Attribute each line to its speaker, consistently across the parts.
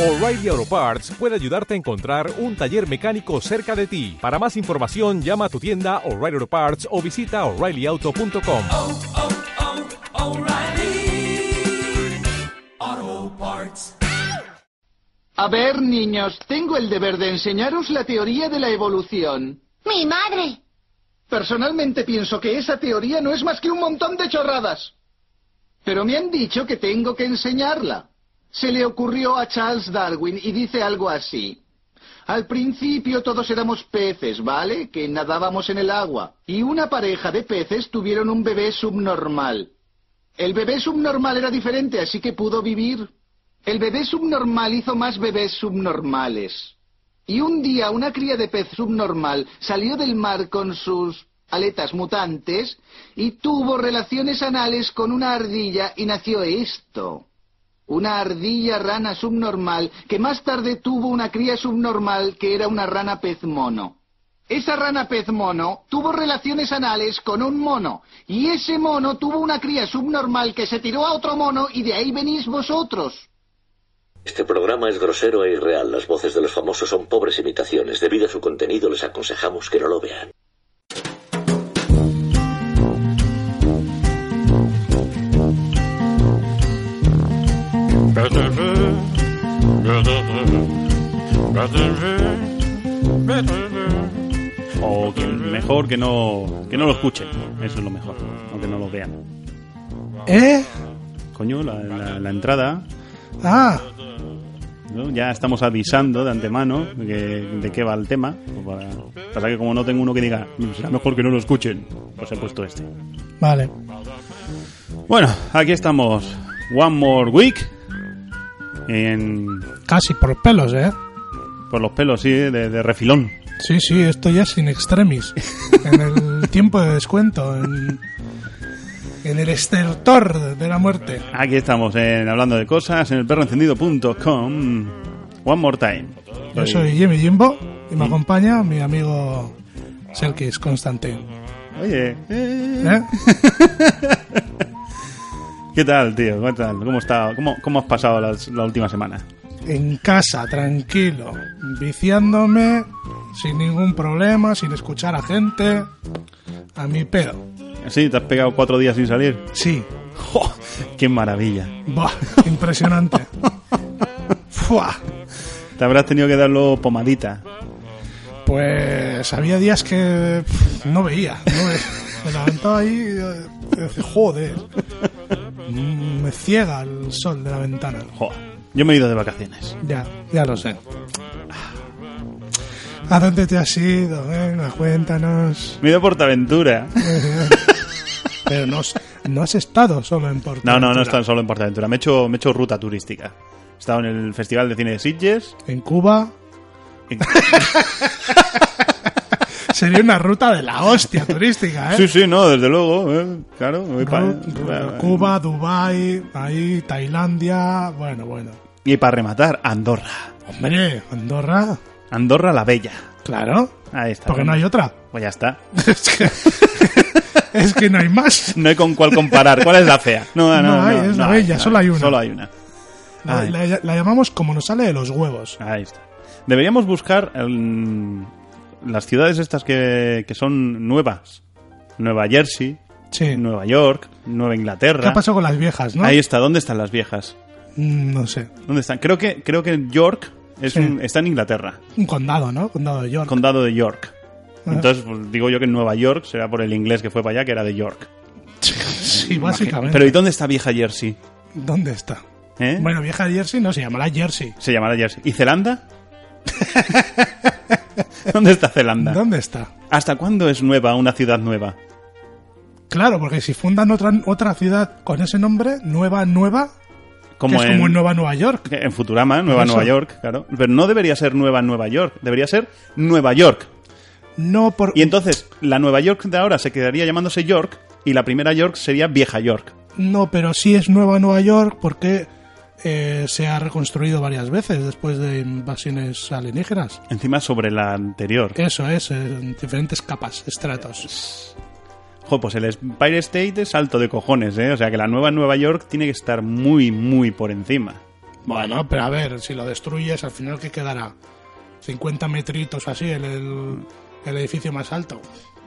Speaker 1: O'Reilly Auto Parts puede ayudarte a encontrar un taller mecánico cerca de ti. Para más información, llama a tu tienda O'Reilly Auto Parts o visita oreillyauto.com.
Speaker 2: oh, oh, O'Reilly. Auto Parts.
Speaker 3: A ver, niños, tengo el deber de enseñaros la teoría de la evolución.
Speaker 4: ¡Mi madre!
Speaker 3: Personalmente pienso que esa teoría no es más que un montón de chorradas. Pero me han dicho que tengo que enseñarla. Se le ocurrió a Charles Darwin y dice algo así. Al principio todos éramos peces, ¿vale? Que nadábamos en el agua. Y una pareja de peces tuvieron un bebé subnormal. El bebé subnormal era diferente, así que pudo vivir. El bebé subnormal hizo más bebés subnormales. Y un día una cría de pez subnormal salió del mar con sus aletas mutantes y tuvo relaciones anales con una ardilla y nació esto. Una ardilla rana subnormal que más tarde tuvo una cría subnormal que era una rana pez mono. Esa rana pez mono tuvo relaciones anales con un mono y ese mono tuvo una cría subnormal que se tiró a otro mono y de ahí venís vosotros.
Speaker 5: Este programa es grosero e irreal. Las voces de los famosos son pobres imitaciones. Debido a su contenido, les aconsejamos que no lo vean.
Speaker 6: O que mejor que no, que no lo escuchen. Eso es lo mejor. Aunque no lo vean.
Speaker 7: ¿Eh?
Speaker 6: Coño, la, la- la entrada.
Speaker 7: Ah,
Speaker 6: ¿no? Ya estamos avisando de antemano de, que- de qué va el tema. pues para- Pasa que como no tengo uno que diga, será mejor que no lo escuchen. Pues he puesto este.
Speaker 7: vale.
Speaker 6: Bueno, aquí estamos. One more week. En,
Speaker 7: Casi por los pelos, ¿eh?
Speaker 6: por los pelos, sí, de, de refilón.
Speaker 7: Sí, sí, esto ya es sin extremis. En el tiempo de descuento, en, en el estertor de la muerte.
Speaker 6: Aquí estamos en Hablando de Cosas, en elperroencendido.com. One more time.
Speaker 7: Yo soy Jimmy Jimbo y me acompaña mi amigo Selkis Constantin.
Speaker 6: Oye, eh,
Speaker 7: ¿Eh?
Speaker 6: ¿qué tal, tío? ¿Qué tal? ¿Cómo, está? ¿Cómo, cómo has pasado las- la última semana?
Speaker 7: En casa, tranquilo, viciándome, sin ningún problema, sin escuchar a gente, a mi pedo.
Speaker 6: ¿Sí? ¿Te has pegado cuatro días sin salir?
Speaker 7: Sí,
Speaker 6: ¡Jo! ¡Qué maravilla!
Speaker 7: Buah, impresionante. Fua.
Speaker 6: Te habrás tenido que darlo pomadita.
Speaker 7: Pues había días que pf, no veía. No ve- Me levantaba ahí y eh, decía, joder. Mm, Me ciega el sol de la ventana.
Speaker 6: ¡Jo! Yo me he ido de vacaciones.
Speaker 7: Ya, ya lo sé. ¿A dónde te has ido? Venga, cuéntanos.
Speaker 6: Me he ido a Portaventura.
Speaker 7: Pero no, has- no has estado solo en Portugal.
Speaker 6: No, no, no es tan solo en Portaventura. Me he hecho, me he hecho ruta turística. He estado en el Festival de Cine de Sitges.
Speaker 7: En Cuba ¿Eh?
Speaker 6: en-
Speaker 7: sería una ruta de la hostia turística, ¿eh?
Speaker 6: Sí, sí, no, desde luego. eh, Claro, eh. voy
Speaker 7: Ru-
Speaker 6: pa-
Speaker 7: Ru- Cuba, Dubai, ahí Tailandia, bueno, bueno.
Speaker 6: Y para rematar, Andorra.
Speaker 7: Hombre, Andorra,
Speaker 6: Andorra la Bella.
Speaker 7: claro,
Speaker 6: Ahí está.
Speaker 7: porque no hay otra.
Speaker 6: Pues ya está.
Speaker 7: Es que, es que no hay más.
Speaker 6: No hay con cuál comparar. ¿Cuál es la fea? No, no,
Speaker 7: No
Speaker 6: no.
Speaker 7: hay, es la
Speaker 6: hay,
Speaker 7: bella,
Speaker 6: no
Speaker 7: solo hay una.
Speaker 6: Solo hay una.
Speaker 7: La,
Speaker 6: Ay.
Speaker 7: la- la llamamos como nos sale de los huevos.
Speaker 6: Ahí está. Deberíamos buscar em, las ciudades estas que, que son nuevas. Nueva Jersey,
Speaker 7: Sí.
Speaker 6: Nueva York, Nueva
Speaker 7: ¿Qué
Speaker 6: Inglaterra.
Speaker 7: ha pasado con las viejas, no?
Speaker 6: Ahí está. ¿Dónde están las viejas?
Speaker 7: Mm, No sé.
Speaker 6: ¿Dónde están? Creo que, creo que York es
Speaker 7: Sí.
Speaker 6: un- está en Inglaterra.
Speaker 7: Un condado, ¿no? Condado de York.
Speaker 6: condado de York.
Speaker 7: Ah.
Speaker 6: Entonces, pues, digo yo que en Nueva York será por el inglés que fue para allá, que era de York.
Speaker 7: sí, básicamente.
Speaker 6: Pero ¿y dónde está vieja Jersey?
Speaker 7: ¿Dónde está?
Speaker 6: ¿Eh?
Speaker 7: Bueno, vieja Jersey no se llamará Jersey.
Speaker 6: Se llamará Jersey. ¿Y Zelanda? ¿Dónde está Zelanda?
Speaker 7: ¿Dónde está?
Speaker 6: ¿Hasta cuándo es nueva una ciudad nueva?
Speaker 7: Claro, porque si fundan otra, otra ciudad con ese nombre, nueva, nueva, que es como en Nueva Nueva York.
Speaker 6: en Futurama, Nueva
Speaker 7: Eso.
Speaker 6: Nueva York, claro. Pero no debería ser Nueva Nueva York, debería ser Nueva York.
Speaker 7: No por...
Speaker 6: Y entonces, la Nueva York de ahora se quedaría llamándose York y la primera York sería Vieja York.
Speaker 7: No, pero sí es nueva Nueva York porque eh, se ha reconstruido varias veces después de invasiones alienígenas.
Speaker 6: Encima sobre la anterior.
Speaker 7: Eso es, en diferentes capas, estratos.
Speaker 6: Jo, pues el Empire State es alto de cojones, ¿eh? O sea que la nueva Nueva York tiene que estar muy, muy por encima.
Speaker 7: Bueno, pero a ver, si lo destruyes, al final, ¿qué quedará? 50 metritos así, el, el, el edificio más alto.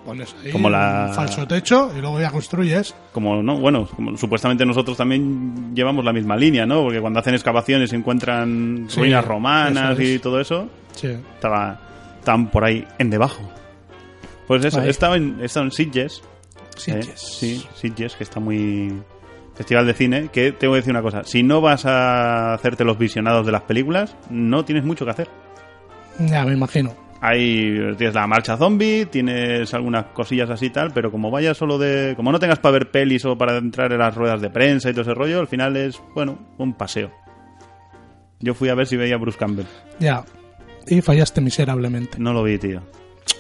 Speaker 7: Pones ahí
Speaker 6: Como la-
Speaker 7: un falso techo y luego ya construyes.
Speaker 6: Como no, bueno, como supuestamente nosotros también llevamos la misma línea, ¿no? Porque cuando hacen excavaciones encuentran
Speaker 7: Sí,
Speaker 6: ruinas romanas
Speaker 7: eso es.
Speaker 6: y todo eso,
Speaker 7: Sí.
Speaker 6: estaba tan por ahí en debajo. Pues eso,
Speaker 7: Ahí.
Speaker 6: estaba en, estaba en Sitges, ¿eh?
Speaker 7: Sitges.
Speaker 6: Sí, Sitges, que está muy. Festival de cine, que tengo que decir una cosa: si no vas a hacerte los visionados de las películas, no tienes mucho que hacer.
Speaker 7: Ya, me imagino.
Speaker 6: Ahí tienes la marcha zombie, tienes algunas cosillas así y tal, pero como vayas solo de. Como no tengas para ver pelis o para entrar en las ruedas de prensa y todo ese rollo, al final es, bueno, un paseo. Yo fui a ver si veía a Bruce Campbell.
Speaker 7: Ya. Y fallaste miserablemente.
Speaker 6: No lo vi, tío.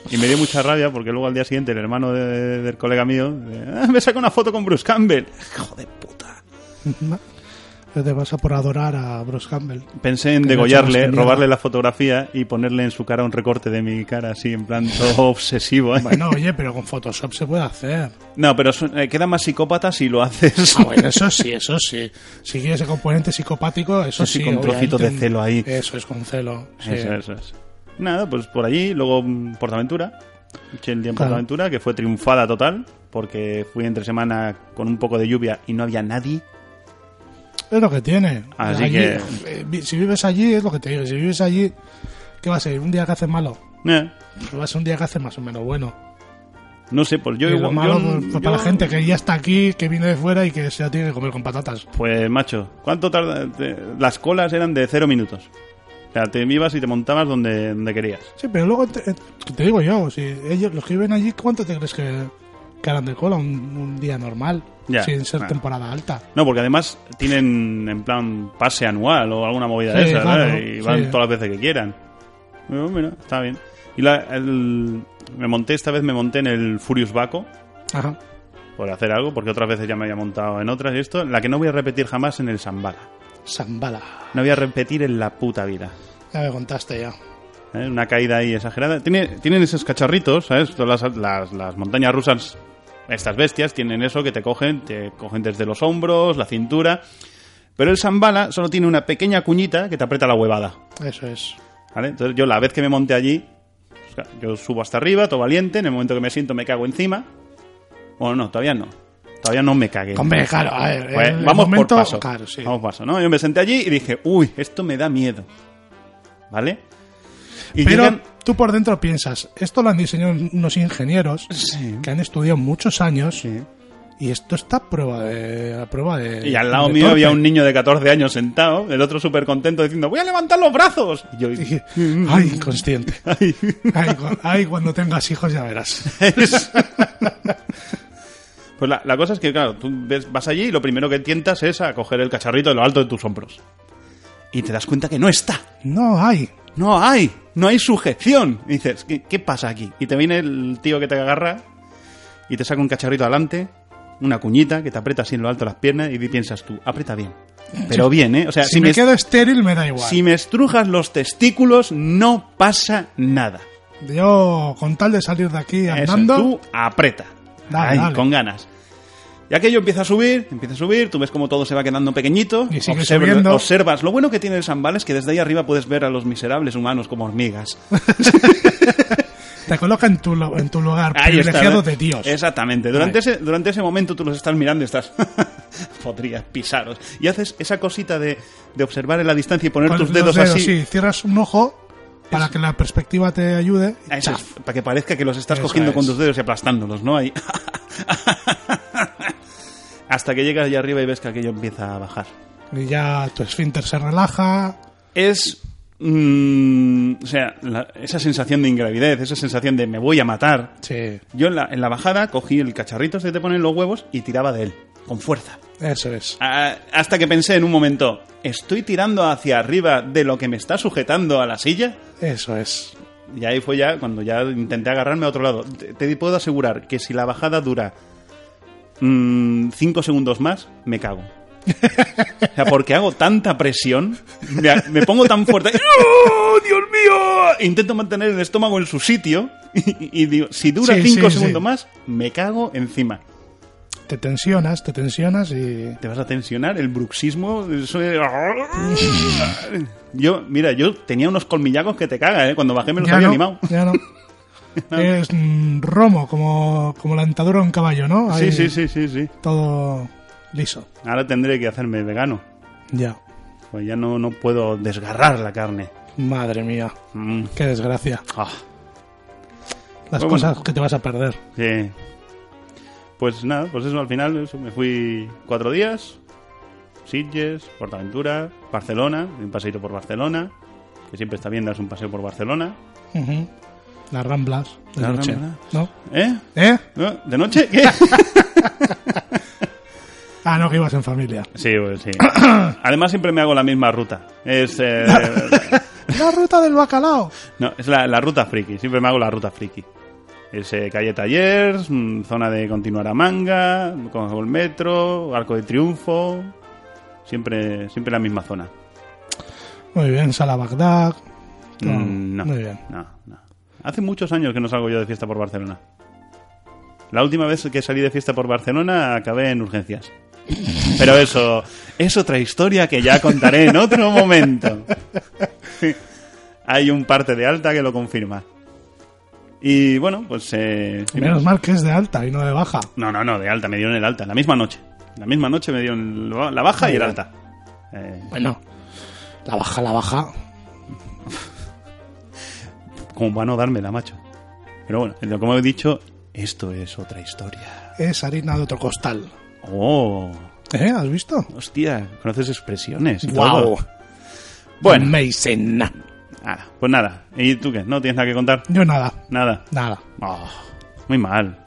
Speaker 6: Y me dio mucha rabia porque luego al día siguiente el hermano de- del colega mío de, "Ah, me sacó una foto con Bruce Campbell. Hijo de puta.
Speaker 7: Te vas a por adorar a Bruce Campbell.
Speaker 6: Pensé en
Speaker 7: Que no
Speaker 6: degollarle,
Speaker 7: echamos mierda.
Speaker 6: robarle la fotografía y ponerle en su cara un recorte de mi cara así en plan todo obsesivo. ¿eh?
Speaker 7: Bueno, oye, pero con Photoshop se puede hacer.
Speaker 6: No, pero su- eh, queda más psicópata si lo haces.
Speaker 7: Ah, bueno, eso sí, eso sí. Si quieres el componente psicopático, eso
Speaker 6: Sí,
Speaker 7: sí.
Speaker 6: con trocitos
Speaker 7: obviamente,
Speaker 6: de celo ahí.
Speaker 7: Eso es con celo. sí.
Speaker 6: Eso, eso es. Nada, pues por allí, luego mm, Portaventura. Eché el día en
Speaker 7: Claro.
Speaker 6: Portaventura, que fue triunfada total, porque fui entre semana con un poco de lluvia y no había nadie.
Speaker 7: Es lo que tiene.
Speaker 6: Así
Speaker 7: Allí,
Speaker 6: que-
Speaker 7: eh, vi- Si vives allí, es lo que te digo. Si vives allí, ¿qué va a ser? ¿Un día que hace malo?
Speaker 6: Eh,
Speaker 7: Pues va a ser un día que hace más o menos bueno.
Speaker 6: no sé, pues yo
Speaker 7: Y lo
Speaker 6: igual.
Speaker 7: malo
Speaker 6: yo-
Speaker 7: pues, pues,
Speaker 6: yo-
Speaker 7: para la gente que ya está aquí, que viene de fuera y que se la tiene que comer con patatas.
Speaker 6: Pues macho, ¿cuánto tarda? te- Las colas eran de cero minutos. O sea, te ibas y te montabas donde, donde querías.
Speaker 7: Sí, pero luego te, eh, te digo yo, si ellos, los que viven allí, ¿cuánto te crees que, que harán de cola un, un día normal?
Speaker 6: Ya,
Speaker 7: sin ser
Speaker 6: bueno.
Speaker 7: temporada alta.
Speaker 6: No, porque además tienen en plan pase anual o alguna movida de
Speaker 7: Sí,
Speaker 6: esas,
Speaker 7: claro,
Speaker 6: ¿verdad? Y van
Speaker 7: sí.
Speaker 6: todas las veces que quieran. Bueno, mira, está bien. Y la- el- me monté, esta vez me monté en el Furious Baco
Speaker 7: Ajá.
Speaker 6: por hacer algo, porque otras veces ya me había montado en otras y esto. La que no voy a repetir jamás en el Zambala.
Speaker 7: Zambala.
Speaker 6: No voy a repetir en la puta vida.
Speaker 7: Ya me contaste ya.
Speaker 6: ¿eh? Una caída ahí exagerada. Tiene- tienen esos cacharritos, ¿sabes? Todas las, las- las montañas rusas, estas bestias, tienen eso que te cogen, te cogen desde los hombros, la cintura. Pero el Zambala solo tiene una pequeña cuñita que te aprieta la huevada.
Speaker 7: Eso es.
Speaker 6: ¿vale? Entonces yo la vez que me monté allí, pues, claro, yo subo hasta arriba, todo valiente, en el momento que me siento me cago encima. Bueno, no, todavía no. Todavía no me cagué.
Speaker 7: Hombre, claro, a ver,
Speaker 6: Pues,
Speaker 7: el
Speaker 6: vamos
Speaker 7: momento-
Speaker 6: por paso.
Speaker 7: claro, sí.
Speaker 6: Vamos por paso, ¿no? Yo me senté allí y dije, uy, esto me da miedo. ¿Vale? Y
Speaker 7: Pero
Speaker 6: llegan-
Speaker 7: tú por dentro piensas, esto lo han diseñado unos ingenieros que han estudiado muchos años y esto está a prueba de... A prueba de
Speaker 6: Y al lado
Speaker 7: Eh, de
Speaker 6: mío
Speaker 7: torpe.
Speaker 6: había un niño de 14 años sentado, el otro súper contento diciendo, voy a levantar los brazos. Y yo,
Speaker 7: Y- Ay, inconsciente.
Speaker 6: ay.
Speaker 7: Ay, cu- ay, cuando tengas hijos ya verás.
Speaker 6: Pues la, la cosa es que, claro, tú ves- vas allí y lo primero que tientas es a coger el cacharrito de lo alto de tus hombros. Y te das cuenta que no está.
Speaker 7: No hay.
Speaker 6: No hay. No hay sujeción. Y dices, ¿qué, qué pasa aquí? Y te viene el tío que te agarra y te saca un cacharrito adelante, una cuñita que te aprieta así en lo alto las piernas y piensas tú, aprieta bien. Pero bien, ¿eh? O sea,
Speaker 7: Si, me, quedo estéril me da igual.
Speaker 6: si me estrujas los testículos, no pasa nada.
Speaker 7: Yo, con tal de salir de aquí
Speaker 6: Eso,
Speaker 7: andando...
Speaker 6: tú aprieta.
Speaker 7: Dale,
Speaker 6: Ahí,
Speaker 7: dale.
Speaker 6: Con ganas. Y aquello empieza a subir, empieza a subir, tú ves como todo se va quedando pequeñito.
Speaker 7: Y sigue subiendo.
Speaker 6: observas. Lo bueno que tiene el Zambal es que desde ahí arriba puedes ver a los miserables humanos como hormigas.
Speaker 7: Te coloca en tu, lo- en tu lugar
Speaker 6: Ahí está, ¿eh?
Speaker 7: privilegiado
Speaker 6: ¿ves?
Speaker 7: de Dios.
Speaker 6: Exactamente. Durante
Speaker 7: Ahí.
Speaker 6: ese, durante ese momento tú los estás mirando y estás. Podrías pisaros. Y haces esa cosita de, de observar en la distancia y poner
Speaker 7: Con
Speaker 6: tus
Speaker 7: los
Speaker 6: dedos, así.
Speaker 7: Sí, cierras un ojo para que la perspectiva te ayude. y
Speaker 6: Eso es,
Speaker 7: chaf.
Speaker 6: para que parezca que los estás
Speaker 7: Eso
Speaker 6: cogiendo con
Speaker 7: es.
Speaker 6: tus dedos y aplastándolos, ¿no? Ahí. Hasta que llegas allá arriba y ves que aquello empieza a bajar.
Speaker 7: Y ya tu esfínter se relaja.
Speaker 6: Es. mm, o sea, la- esa sensación de ingravidez, esa sensación de me voy a matar.
Speaker 7: Sí,
Speaker 6: Yo en la, en la bajada cogí el cacharrito ese que te ponen los huevos y tiraba de él, con fuerza.
Speaker 7: eso es.
Speaker 6: Ah, hasta que pensé en un momento, ¿estoy tirando hacia arriba de lo que me está sujetando a la silla?
Speaker 7: Eso es.
Speaker 6: Y ahí fue ya cuando ya intenté agarrarme a otro lado. Te, te puedo asegurar que si la bajada dura 5 segundos más, me cago. O sea, porque hago tanta presión, me, me pongo tan fuerte. ¡Oh, Dios mío! Intento mantener el estómago en su sitio y, y digo, si dura
Speaker 7: Sí,
Speaker 6: 5
Speaker 7: sí, sí.
Speaker 6: segundos más, me cago encima.
Speaker 7: Te te tensionas, te tensionas y...
Speaker 6: Te vas a tensionar, el bruxismo. eso de- Yo, mira, yo tenía unos colmillacos que te cagas, ¿eh? Cuando bajé me los
Speaker 7: Ya
Speaker 6: había
Speaker 7: no,
Speaker 6: animado.
Speaker 7: ya no. Es mm, romo, como, como la dentadura de un caballo, ¿no?
Speaker 6: Sí,
Speaker 7: Ahí
Speaker 6: sí, sí, sí, sí.
Speaker 7: Todo liso.
Speaker 6: Ahora tendré que hacerme vegano.
Speaker 7: Ya.
Speaker 6: Pues ya no, no puedo desgarrar la carne.
Speaker 7: Madre mía,
Speaker 6: Mm.
Speaker 7: qué desgracia.
Speaker 6: Ah,
Speaker 7: Las
Speaker 6: Bueno.
Speaker 7: cosas que te vas a perder.
Speaker 6: sí. Pues nada, pues eso, al final eso, me fui cuatro días. Sitges, Portaventura, Barcelona, di un paseito por Barcelona. Que siempre está bien darse un paseo por Barcelona.
Speaker 7: Ujú. Las ramblas de
Speaker 6: Las
Speaker 7: noche.
Speaker 6: Ramblas.
Speaker 7: ¿No?
Speaker 6: ¿Eh?
Speaker 7: ¿Eh?
Speaker 6: ¿Eh? ¿De noche? ¿Qué?
Speaker 7: Ah, no, que ibas en familia.
Speaker 6: Sí, pues sí. Además siempre me hago la misma ruta. Es, eh,
Speaker 7: La ruta del bacalao.
Speaker 6: no, es la, la ruta friki, siempre me hago la ruta friki. Es eh, calle Tallers, mm, zona de Continuar a Manga, cojo el metro, Arco de Triunfo, siempre siempre la misma zona.
Speaker 7: Muy bien, Sala Bagdad. No,
Speaker 6: Mm, no,
Speaker 7: Muy bien.
Speaker 6: no, no. Hace muchos años que no salgo yo de fiesta por Barcelona. La última vez que salí de fiesta por Barcelona acabé en urgencias. Pero eso es otra historia que ya contaré en otro momento. Hay un parte de alta que lo confirma. Y bueno, pues... eh, sí,
Speaker 7: Menos mal que es de alta y no de baja.
Speaker 6: no, no, no, de alta, me dieron el alta, la misma noche. La misma noche me dieron lo- la baja y el alta. Eh,
Speaker 7: Bueno, la baja, la baja.
Speaker 6: como para no dármela, macho. Pero bueno, lo- como he dicho, esto es otra historia.
Speaker 7: Es harina de otro costal.
Speaker 6: Oh,
Speaker 7: ¿Eh? ¿Has visto?
Speaker 6: hostia, conoces expresiones. y
Speaker 7: Guau.
Speaker 6: todo. Bueno,
Speaker 7: Amazing.
Speaker 6: nada, pues nada. ¿Y tú qué? ¿No tienes nada que contar?
Speaker 7: Yo nada,
Speaker 6: Nada.
Speaker 7: nada.
Speaker 6: Oh, muy mal.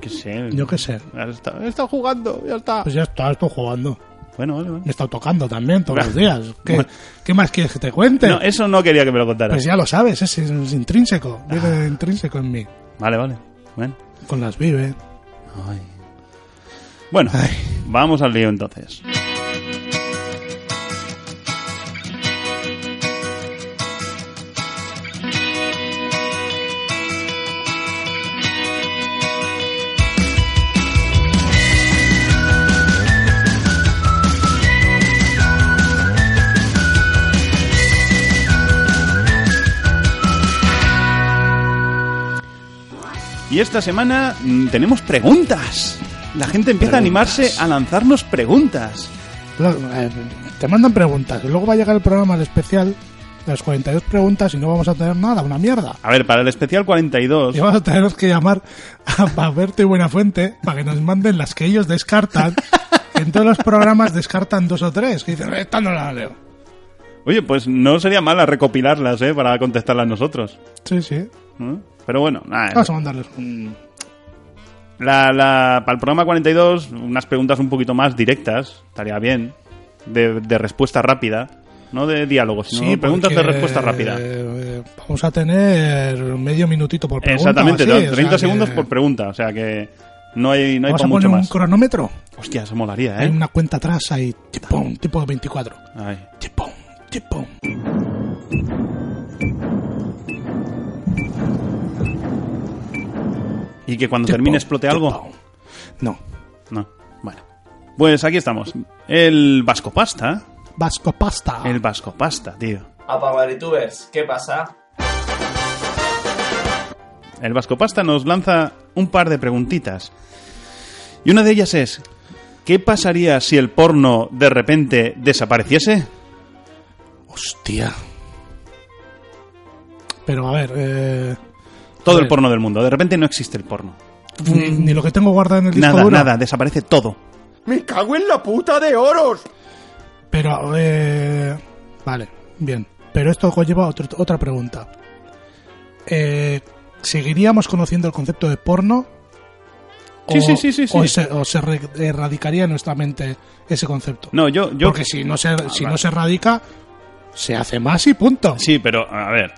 Speaker 6: ¿Qué sé?
Speaker 7: Yo qué sé.
Speaker 6: He estado, he estado jugando, ya está.
Speaker 7: Pues ya está, estoy jugando.
Speaker 6: bueno, vale, vale.
Speaker 7: Me he estado tocando también todos los días. ¿Qué,
Speaker 6: Bueno.
Speaker 7: qué más quieres que te cuente?
Speaker 6: No, eso no quería que me lo contaras.
Speaker 7: pues ya lo sabes, es, es intrínseco. Viene intrínseco en mí.
Speaker 6: Vale, vale. Bueno.
Speaker 7: Con las vive.
Speaker 6: Ay. Bueno, vamos al lío entonces. Y esta semana mm, tenemos preguntas. La gente empieza a animarse a lanzarnos preguntas.
Speaker 7: Claro, eh, Te mandan preguntas. y Luego va a llegar el programa, el especial, de las 42 preguntas y no vamos a tener nada, una mierda.
Speaker 6: A ver, para el especial 42.
Speaker 7: Y vamos a tener que llamar a Baberto y Buenafuente para que nos manden las que ellos descartan. que en todos los programas descartan dos o tres. Que dicen, esta no la leo.
Speaker 6: Oye, pues no sería mala recopilarlas, ¿eh? Para contestarlas nosotros.
Speaker 7: Sí, sí.
Speaker 6: ¿no? Pero bueno, nada,
Speaker 7: Vamos a mandarles un...
Speaker 6: la, la- para el programa 42, unas preguntas un poquito más directas, estaría bien. De, de respuesta rápida, no de diálogos, sino preguntas de
Speaker 7: porque,
Speaker 6: respuesta rápida.
Speaker 7: eh, vamos a tener medio minutito por pregunta.
Speaker 6: Exactamente,
Speaker 7: así,
Speaker 6: no,
Speaker 7: o sea
Speaker 6: 30 segundos
Speaker 7: que-
Speaker 6: por pregunta, o sea que no hay, no hay
Speaker 7: Vamos
Speaker 6: para
Speaker 7: a poner
Speaker 6: mucho
Speaker 7: un
Speaker 6: más.
Speaker 7: cronómetro.
Speaker 6: Hostia, eso molaría,
Speaker 7: Hay
Speaker 6: ¿eh?
Speaker 7: una cuenta atrás ahí, tipón, tipo 24.
Speaker 6: Ay.
Speaker 7: Tipón, tipón.
Speaker 6: Y que cuando
Speaker 7: Tipo,
Speaker 6: termine explote algo.
Speaker 7: tipo. No.
Speaker 6: No. Bueno. Pues aquí estamos. El Vasco Pasta.
Speaker 7: Vasco pasta.
Speaker 6: El Vasco Pasta, tío.
Speaker 4: Apa Madritubers, ¿qué pasa?
Speaker 6: El Vasco Pasta nos lanza un par de preguntitas. Y una de ellas es: ¿Qué pasaría si el porno de repente desapareciese?
Speaker 7: Hostia. Pero a ver, eh,
Speaker 6: Todo
Speaker 7: A
Speaker 6: el
Speaker 7: ver.
Speaker 6: porno del mundo. De repente no existe el porno.
Speaker 7: ni, ni lo que tengo guardado en el disco
Speaker 6: Mm. Nada,
Speaker 7: duro.
Speaker 6: nada. Desaparece todo.
Speaker 8: ¡Me cago en la puta de oros!
Speaker 7: Pero, eh, vale, bien. Pero esto conlleva otro- otra pregunta. Eh, ¿Seguiríamos conociendo el concepto de porno?
Speaker 6: Sí, sí, sí, sí, sí.
Speaker 7: O se, o se re- erradicaría en nuestra mente ese concepto.
Speaker 6: No, yo. yo Ah,
Speaker 7: Porque si no se, si
Speaker 6: vale.
Speaker 7: no se erradica, se hace más y punto.
Speaker 6: Sí, pero a ver.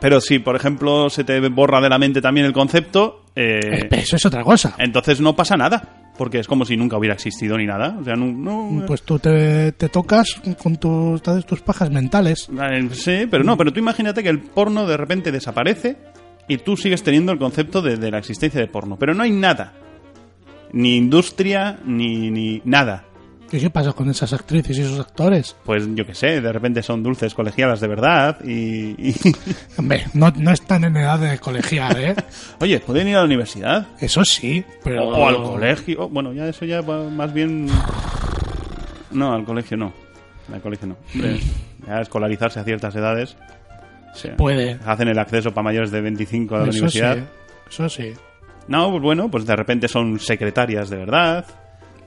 Speaker 6: Pero si, por ejemplo, se te borra de la mente también el concepto. eh,
Speaker 7: Eh, pero Eso es otra cosa.
Speaker 6: Entonces no pasa nada, porque es como si nunca hubiera existido ni nada. O sea, no. no-
Speaker 7: Pues tú te, te tocas con tus, todas tus pajas mentales.
Speaker 6: eh, sí, pero no, pero tú imagínate que el porno de repente desaparece y tú sigues teniendo el concepto de, de la existencia de porno, pero no hay nada. ni industria, ni, ni nada.
Speaker 7: ¿Y qué pasa con esas actrices y esos actores?
Speaker 6: Pues yo qué sé, de repente son dulces colegialas de verdad y... y-
Speaker 7: Hombre, no, no están en edad de colegiar, ¿eh?
Speaker 6: Oye, ¿pueden ir a la universidad?
Speaker 7: Eso sí, pero...
Speaker 6: O, o al colegio. Bueno, ya eso ya va más bien... No, al colegio no. Al colegio no. Hombre, Ya escolarizarse a ciertas edades. Sí.
Speaker 7: Puede.
Speaker 6: Hacen el acceso para mayores de 25 a la
Speaker 7: Eso
Speaker 6: universidad.
Speaker 7: sí, ¿eh? eso sí.
Speaker 6: No, pues bueno, pues de repente son secretarias de verdad.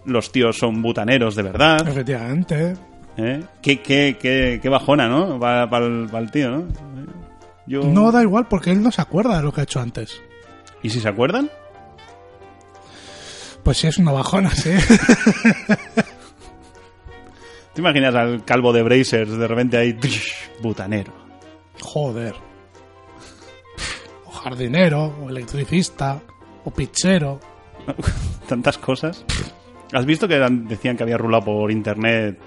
Speaker 6: Los tíos son butaneros de verdad.
Speaker 7: Efectivamente.
Speaker 6: ¿eh? Qué, qué- qué- qué bajona, ¿no? Va para el tío, ¿no? Yo...
Speaker 7: No da igual porque él no se acuerda de lo que ha hecho antes.
Speaker 6: ¿Y si se acuerdan?
Speaker 7: Pues sí, es una bajona, sí.
Speaker 6: ¿Te imaginas al calvo de Brazers de repente ahí, butanero?
Speaker 7: Joder. O jardinero, o electricista, o pichero.
Speaker 6: Tantas cosas. ¿Has visto que eran- decían que había rulado por internet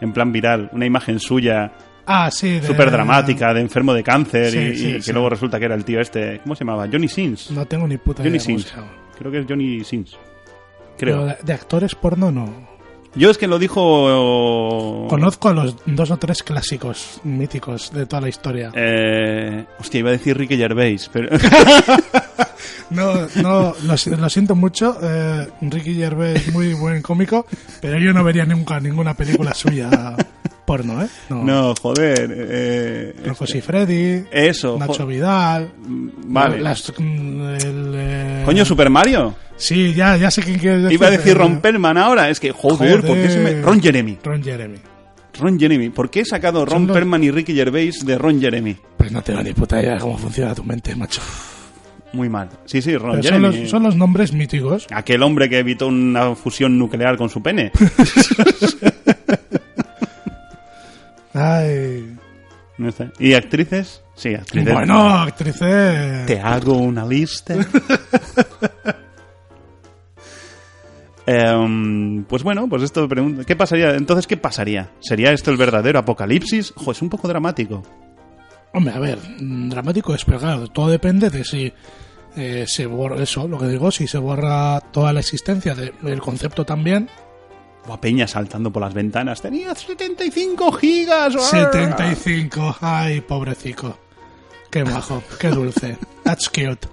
Speaker 6: en plan viral una imagen suya
Speaker 7: Ah, sí. de-
Speaker 6: súper dramática de enfermo de cáncer
Speaker 7: Sí,
Speaker 6: y,
Speaker 7: sí,
Speaker 6: y que
Speaker 7: sí.
Speaker 6: luego resulta que era el tío este, ¿cómo se llamaba? Johnny Sins.
Speaker 7: No tengo ni puta idea.
Speaker 6: Johnny
Speaker 7: de cómo
Speaker 6: Sins.
Speaker 7: se llama.
Speaker 6: Creo que es Johnny Sins.
Speaker 7: Pero
Speaker 6: Creo.
Speaker 7: de, de actores porno no.
Speaker 6: Yo es que lo dijo.
Speaker 7: Conozco a los dos o tres clásicos míticos de toda la historia.
Speaker 6: Eh, hostia, iba a decir Ricky Gervais, pero.
Speaker 7: No, no, lo, si- lo siento mucho. eh, Ricky Gervais es muy buen cómico, pero yo no vería nunca ninguna película suya porno, ¿eh? No.
Speaker 6: no, joder. eh,
Speaker 7: Rocco Freddy,
Speaker 6: Eso,
Speaker 7: Nacho
Speaker 6: jo-
Speaker 7: Vidal,
Speaker 6: vale.
Speaker 7: las- mm, el, eh,
Speaker 6: Coño, Super Mario.
Speaker 7: Sí, ya, ya sé quién quieres decir.
Speaker 6: Iba a decir
Speaker 7: eh,
Speaker 6: Ron Perlman ahora. Es que, joder, ¿por qué se me. Ron Jeremy.
Speaker 7: Ron Jeremy.
Speaker 6: Ron Jeremy. ¿Por qué he sacado Ron
Speaker 7: los-
Speaker 6: Perlman y Ricky Gervais de Ron Jeremy?
Speaker 7: Pues no tengo ni puta idea de cómo funciona tu mente, macho.
Speaker 6: Muy mal. Sí, sí, Ron
Speaker 7: Pero son,
Speaker 6: Jeremy.
Speaker 7: los, son los nombres míticos.
Speaker 6: Aquel hombre que evitó una fusión nuclear con su pene.
Speaker 7: Ay.
Speaker 6: No está. ¿Y actrices? Sí, actrices.
Speaker 7: Bueno, actrices.
Speaker 6: Te hago una lista. Em, pues bueno, pues esto pregunta. ¿Qué pasaría? Entonces, ¿qué pasaría? ¿Sería esto el verdadero apocalipsis? Ojo, es un poco dramático.
Speaker 7: Hombre, a ver, mm, dramático es, pero claro, todo depende de si eh, se borra, eso, lo que digo, si se borra toda la existencia de- del concepto también.
Speaker 6: O Peña saltando por las ventanas. Tenía 75 gigas. ¡Arr!
Speaker 7: 75, ay, pobrecico. Qué bajo, qué dulce. That's cute.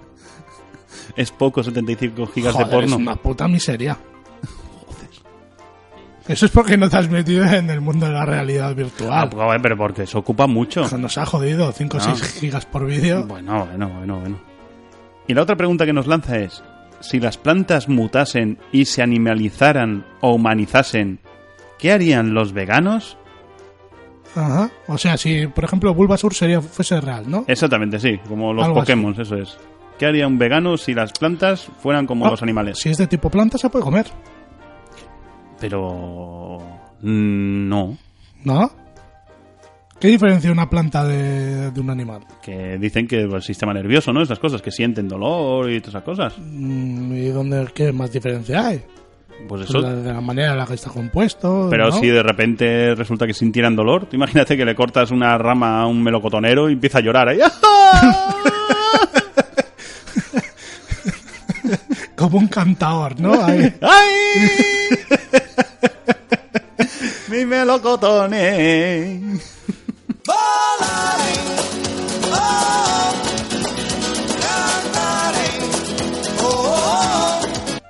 Speaker 6: Es poco 75 gigas de
Speaker 7: Joder,
Speaker 6: porno.
Speaker 7: Es una puta miseria. Eso es porque no te has metido en el mundo de la realidad
Speaker 6: Ah,
Speaker 7: virtual.
Speaker 6: joder, pero porque se ocupa mucho.
Speaker 7: Eso Nos ha jodido 5 o
Speaker 6: No.
Speaker 7: 6 gigas por vídeo.
Speaker 6: Ah. Bueno, bueno, bueno, bueno. Y la otra pregunta que nos lanza es, si las plantas mutasen y se animalizaran o humanizasen, ¿qué harían los veganos?
Speaker 7: Ajá. O sea, si por ejemplo Bulbasur sería, fuese real, ¿no?
Speaker 6: Exactamente, sí, como los
Speaker 7: Algo así.
Speaker 6: Pokémon, eso es. ¿Qué haría un vegano si las plantas fueran como
Speaker 7: Ah,
Speaker 6: los animales?
Speaker 7: Si es de tipo planta se puede comer,
Speaker 6: Pero... mm, No,
Speaker 7: ¿no? ¿Qué diferencia una planta de, de un animal?
Speaker 6: que dicen que pues, el sistema nervioso, ¿no? Esas cosas, que sienten dolor y todas esas cosas.
Speaker 7: Mm, ¿Y dónde qué más diferencia hay?
Speaker 6: Pues
Speaker 7: Pues
Speaker 6: eso...
Speaker 7: la- de la manera en la que está compuesto.
Speaker 6: Pero
Speaker 7: ¿no?
Speaker 6: si de repente resulta que sintieran dolor, tú imagínate que le cortas una rama a un melocotonero y empieza a llorar. ¿eh? ahí,
Speaker 7: Como un cantador, ¿no? Ahí.
Speaker 6: ¡Ay! ¡Mi melocotone!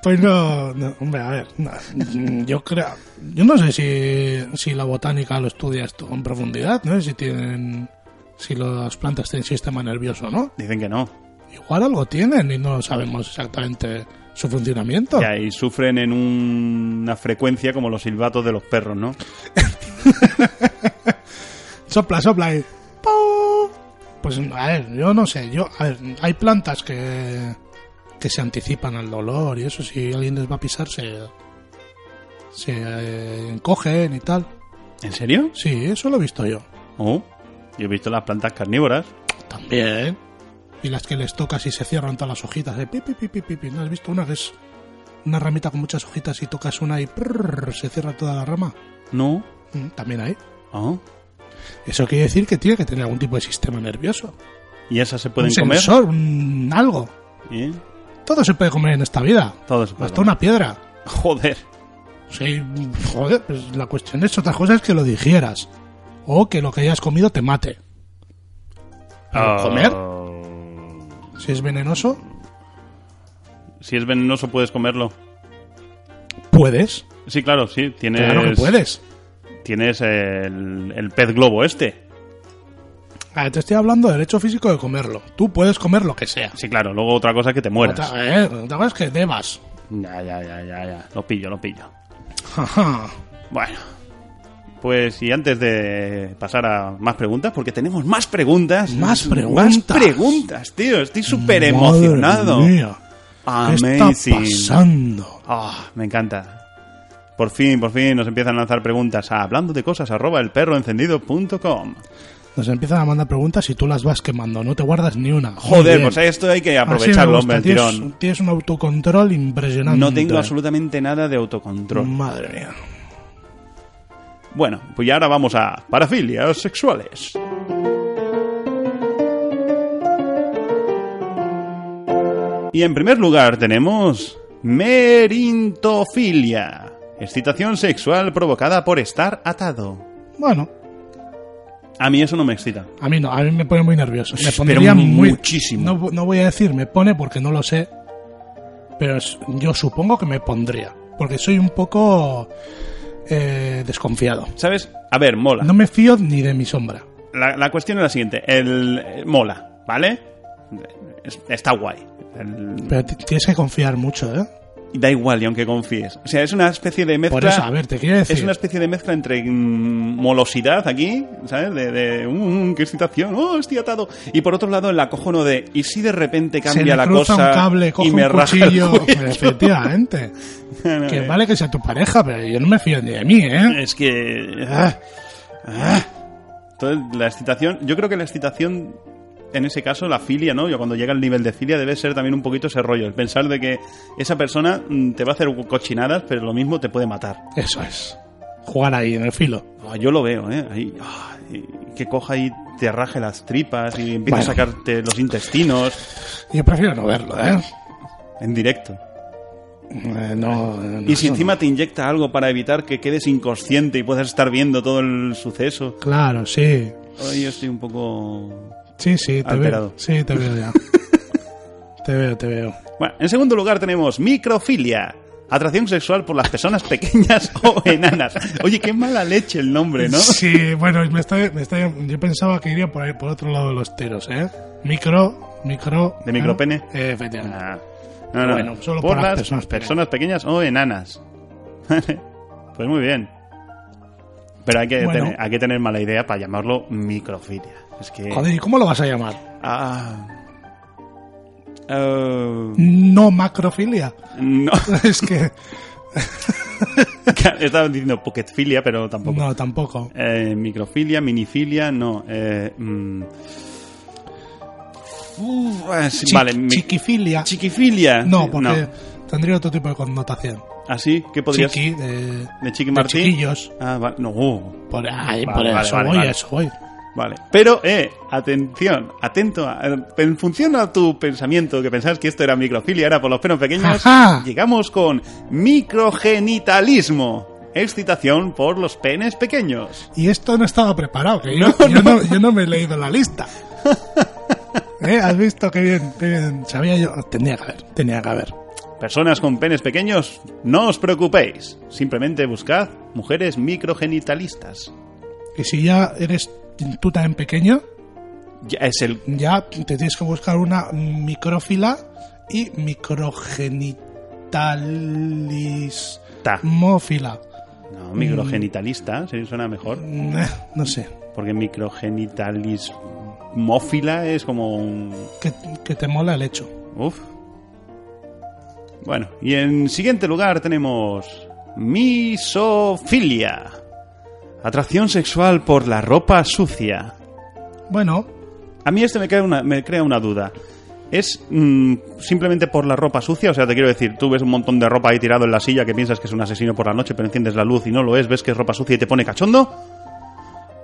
Speaker 7: Pues no, no, hombre, a ver, no, mm, yo creo, yo no sé si, si la botánica lo estudia esto en profundidad, ¿no? Si tienen, si las plantas tienen sistema nervioso, ¿no?
Speaker 6: Dicen que no.
Speaker 7: Igual algo tienen y no sabemos exactamente su funcionamiento.
Speaker 6: Ya, y sufren en un- una frecuencia como los silbatos de los perros, ¿no?
Speaker 7: Sopla, sopla ahí. ¡Pau! Pues a ver, yo no sé, yo, a ver, hay plantas que, que se anticipan al dolor y eso, si alguien les va a pisar se, se eh, encogen y tal.
Speaker 6: ¿En serio?
Speaker 7: Sí, eso lo he visto yo.
Speaker 6: Oh, yo he visto las plantas carnívoras.
Speaker 7: También. Y las que les tocas y se cierran todas las hojitas. De pi, pi, pi, pi, pi, pi. ¿No has visto una que es una ramita con muchas hojitas y tocas una y prrr, se cierra toda la rama?
Speaker 6: No.
Speaker 7: Mm, También hay.
Speaker 6: Ah.
Speaker 7: Eso quiere decir que tiene que tener algún tipo de sistema nervioso.
Speaker 6: ¿Y esas se
Speaker 7: Un
Speaker 6: pueden comer?
Speaker 7: sensor, un algo.
Speaker 6: ¿Eh?
Speaker 7: Todo se puede comer en esta vida.
Speaker 6: Todo se puede
Speaker 7: Hasta
Speaker 6: comer.
Speaker 7: una piedra.
Speaker 6: Joder.
Speaker 7: Sí, joder, pues la cuestión es otra cosa es que lo digieras. O que lo que hayas comido te mate.
Speaker 6: Ah.
Speaker 7: Pero ¿Comer? Si es venenoso,
Speaker 6: Si es venenoso, puedes comerlo.
Speaker 7: puedes.
Speaker 6: Sí, claro, sí. Tienes,
Speaker 7: Claro que puedes.
Speaker 6: Tienes el, el pez globo este.
Speaker 7: Ah, te estoy hablando del hecho físico de comerlo. Tú puedes comer lo que sea.
Speaker 6: Sí, claro. Luego otra cosa es que te mueras.
Speaker 7: Otra, eh, otra cosa es que debas.
Speaker 6: Ya, ya, ya, ya, ya. Lo pillo, lo pillo.
Speaker 7: Ajá.
Speaker 6: Bueno. Pues y antes de pasar a más preguntas, porque tenemos más preguntas.
Speaker 7: Más
Speaker 6: Más
Speaker 7: preguntas.
Speaker 6: preguntas, tío. Estoy súper
Speaker 7: Madre
Speaker 6: emocionado.
Speaker 7: mía, ¿Qué está
Speaker 6: Amazing.
Speaker 7: pasando?
Speaker 6: Ah, me encanta. Por fin, por fin nos empiezan a lanzar preguntas a hablando de cosas arroba elperroencendido.com.
Speaker 7: Nos empiezan a mandar preguntas y tú las vas quemando. No te guardas ni una. Muy
Speaker 6: Joder,
Speaker 7: bien.
Speaker 6: pues esto hay que
Speaker 7: Así me
Speaker 6: aprovecharlo, hombre,
Speaker 7: gusta.
Speaker 6: el
Speaker 7: Tienes-
Speaker 6: tirón.
Speaker 7: Tienes un autocontrol impresionante.
Speaker 6: No tengo absolutamente nada de autocontrol.
Speaker 7: Madre mía.
Speaker 6: Mm. Bueno, pues ya ahora vamos a parafilias sexuales. Y en primer lugar tenemos merintofilia, excitación sexual provocada por estar atado.
Speaker 7: Bueno,
Speaker 6: A mí eso no me excita.
Speaker 7: a mí no. A mí me pone muy nervioso. Me
Speaker 6: Pero
Speaker 7: pondría muy-
Speaker 6: muchísimo.
Speaker 7: No, no voy a decir me pone porque no lo sé. Pero es- yo supongo que me pondría. Porque soy un poco eh, desconfiado.
Speaker 6: ¿Sabes? A ver, mola.
Speaker 7: No me fío ni de mi sombra.
Speaker 6: La, la cuestión es la siguiente. El, eh, mola, ¿vale? Es- está guay. El-
Speaker 7: Pero t- tienes que confiar mucho, ¿eh?
Speaker 6: da igual, y aunque confíes. O sea, es una especie de mezcla...
Speaker 7: Por eso, a ver, te quiero decir.
Speaker 6: Es una especie de mezcla entre mm, molosidad aquí, ¿sabes? De, de "Uh, uh, qué excitación, oh, estoy atado. Y por otro lado, el acojono de, ¿y si de repente
Speaker 7: se
Speaker 6: cambia
Speaker 7: le
Speaker 6: la
Speaker 7: cruza
Speaker 6: cosa
Speaker 7: un cable, coge
Speaker 6: y me
Speaker 7: un
Speaker 6: raja el
Speaker 7: cuchillo.
Speaker 6: cuello?"
Speaker 7: Efectivamente. que vale que sea tu pareja, pero yo no me fío ni de mí, ¿eh?
Speaker 6: Es que. ah, ah. Entonces, la excitación. Yo creo que la excitación. En ese caso, la filia, ¿no? Yo cuando llega al nivel de filia debe ser también un poquito ese rollo. El pensar de que esa persona mm, te va a hacer cochinadas, pero lo mismo te puede matar.
Speaker 7: Eso es. Jugar ahí en el filo.
Speaker 6: Ah, Yo lo veo, ¿eh? Ahí, ah, y que coja y te raje las tripas y empiece a
Speaker 7: Bueno.
Speaker 6: sacarte los intestinos
Speaker 7: Yo prefiero no verlo, ¿eh?
Speaker 6: en directo.
Speaker 7: Eh, no, no,
Speaker 6: Y si
Speaker 7: eso
Speaker 6: encima te inyecta algo para evitar que quedes inconsciente y puedas estar viendo todo el suceso.
Speaker 7: no. Claro, sí.
Speaker 6: Hoy estoy un poco
Speaker 7: Sí, sí, te
Speaker 6: Alterado.
Speaker 7: veo. Sí, te veo ya. te veo, te veo.
Speaker 6: Bueno, en segundo lugar tenemos microfilia. Atracción sexual por las personas pequeñas o enanas. Oye, qué mala leche el nombre, ¿no?
Speaker 7: Sí, bueno, me estoy, me estoy- yo pensaba que iría por ahí, por otro lado de los tiros, ¿eh? Micro, micro.
Speaker 6: ¿De micropene?
Speaker 7: Eh, efectivamente.
Speaker 6: Ah, no, no.
Speaker 7: Bueno, solo
Speaker 6: por
Speaker 7: por las
Speaker 6: las
Speaker 7: personas pequeñas.
Speaker 6: personas pequeñas o enanas. pues muy bien. Pero hay que,
Speaker 7: Bueno.
Speaker 6: tener, hay que tener mala idea para llamarlo microfilia. Es que...
Speaker 7: Joder, ¿y cómo lo vas a llamar?
Speaker 6: Ah. Oh,
Speaker 7: No macrofilia.
Speaker 6: no,
Speaker 7: es que.
Speaker 6: estaba diciendo pocketfilia, pero tampoco.
Speaker 7: No, tampoco.
Speaker 6: Eh, microfilia, minifilia, no. Eh, mm. Uf, ah, sí,
Speaker 7: Chi-
Speaker 6: vale, mi-
Speaker 7: chiquifilia.
Speaker 6: chiquifilia.
Speaker 7: no, porque tendría otro tipo de connotación.
Speaker 6: ¿Así? ¿Qué podrías
Speaker 7: Chiqui, eh, de,
Speaker 6: ¿De Chiqui
Speaker 7: de
Speaker 6: Martí?
Speaker 7: chiquillos.
Speaker 6: Ah, vale. No. uh,
Speaker 7: Por,
Speaker 6: Vale,
Speaker 7: ahí, Eh, por
Speaker 6: vale,
Speaker 7: eso
Speaker 6: vale,
Speaker 7: voy,
Speaker 6: vale.
Speaker 7: a eso voy.
Speaker 6: Vale. Pero, eh, atención, atento. a- eh, en función a tu pensamiento, que pensabas que esto era microfilia, era por los penos pequeños,
Speaker 7: Ajá.
Speaker 6: llegamos con microgenitalismo. Excitación por los penes pequeños.
Speaker 7: Y esto no estaba preparado, que yo yo no, yo no me he leído la lista. ¿Eh? ¿Has visto qué bien, qué bien? Sabía yo. Tenía que haber, tenía que haber.
Speaker 6: Personas con penes pequeños, no os preocupéis. Simplemente buscad mujeres microgenitalistas.
Speaker 7: Y si ya eres tú tan pequeño,
Speaker 6: Ya es el.
Speaker 7: ya te tienes que buscar una micrófila y microgenitalismófila.
Speaker 6: Ta. No, microgenitalista, sí, suena mejor.
Speaker 7: Eh, No sé.
Speaker 6: Porque microgenitalismófila es como un.
Speaker 7: Que, que te mola el hecho.
Speaker 6: Uf. Bueno, y en siguiente lugar tenemos. Misofilia. Atracción sexual por la ropa sucia.
Speaker 7: Bueno,
Speaker 6: A mí este me crea una, me crea una duda. ¿Es mm, simplemente por la ropa sucia? O sea, te quiero decir, tú ves un montón de ropa ahí tirado en la silla que piensas que es un asesino por la noche, pero enciendes la luz y no lo es, ves que es ropa sucia y te pone cachondo.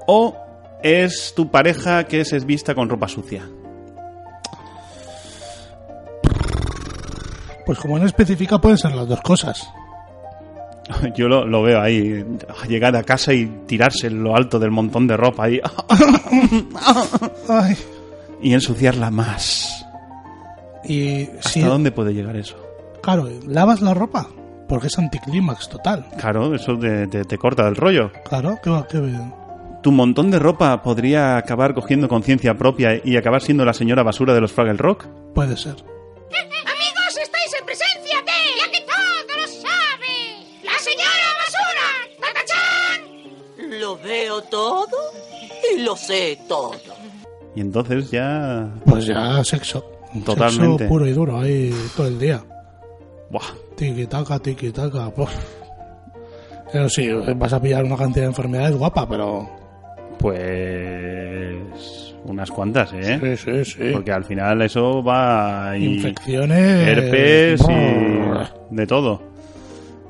Speaker 6: ¿O es tu pareja que se vista con ropa sucia?
Speaker 7: Pues como no especifica, pueden ser las dos cosas.
Speaker 6: Yo lo, lo veo ahí, llegar a casa y tirarse en lo alto del montón de ropa ahí,
Speaker 7: Ay.
Speaker 6: y ensuciarla más.
Speaker 7: Y
Speaker 6: ¿Hasta
Speaker 7: si,
Speaker 6: dónde puede llegar eso?
Speaker 7: claro, lavas la ropa, porque es anticlímax total.
Speaker 6: Claro, eso te, te- te corta del rollo.
Speaker 7: Claro, qué va, qué bien.
Speaker 6: Tu montón de ropa podría acabar cogiendo conciencia propia y acabar siendo la señora basura de los Fraggle Rock.
Speaker 7: Puede ser.
Speaker 9: Amigos, estáis en presencia de la que todo lo sabe, la señora basura, Tatachan.
Speaker 10: Lo veo todo y lo sé todo.
Speaker 6: Y entonces ya...
Speaker 7: Pues ya, sexo.
Speaker 6: Totalmente.
Speaker 7: Sexo puro y duro ahí todo el día.
Speaker 6: Buah,
Speaker 7: Tiki taca, tiki taca. puf. Pero sí, vas a pillar una cantidad de enfermedades guapa, pero.
Speaker 6: pues... Unas cuantas, ¿eh?
Speaker 7: Sí, sí, sí.
Speaker 6: Porque al final eso va... y-
Speaker 7: Infecciones.
Speaker 6: herpes
Speaker 7: Brrr.
Speaker 6: y de todo.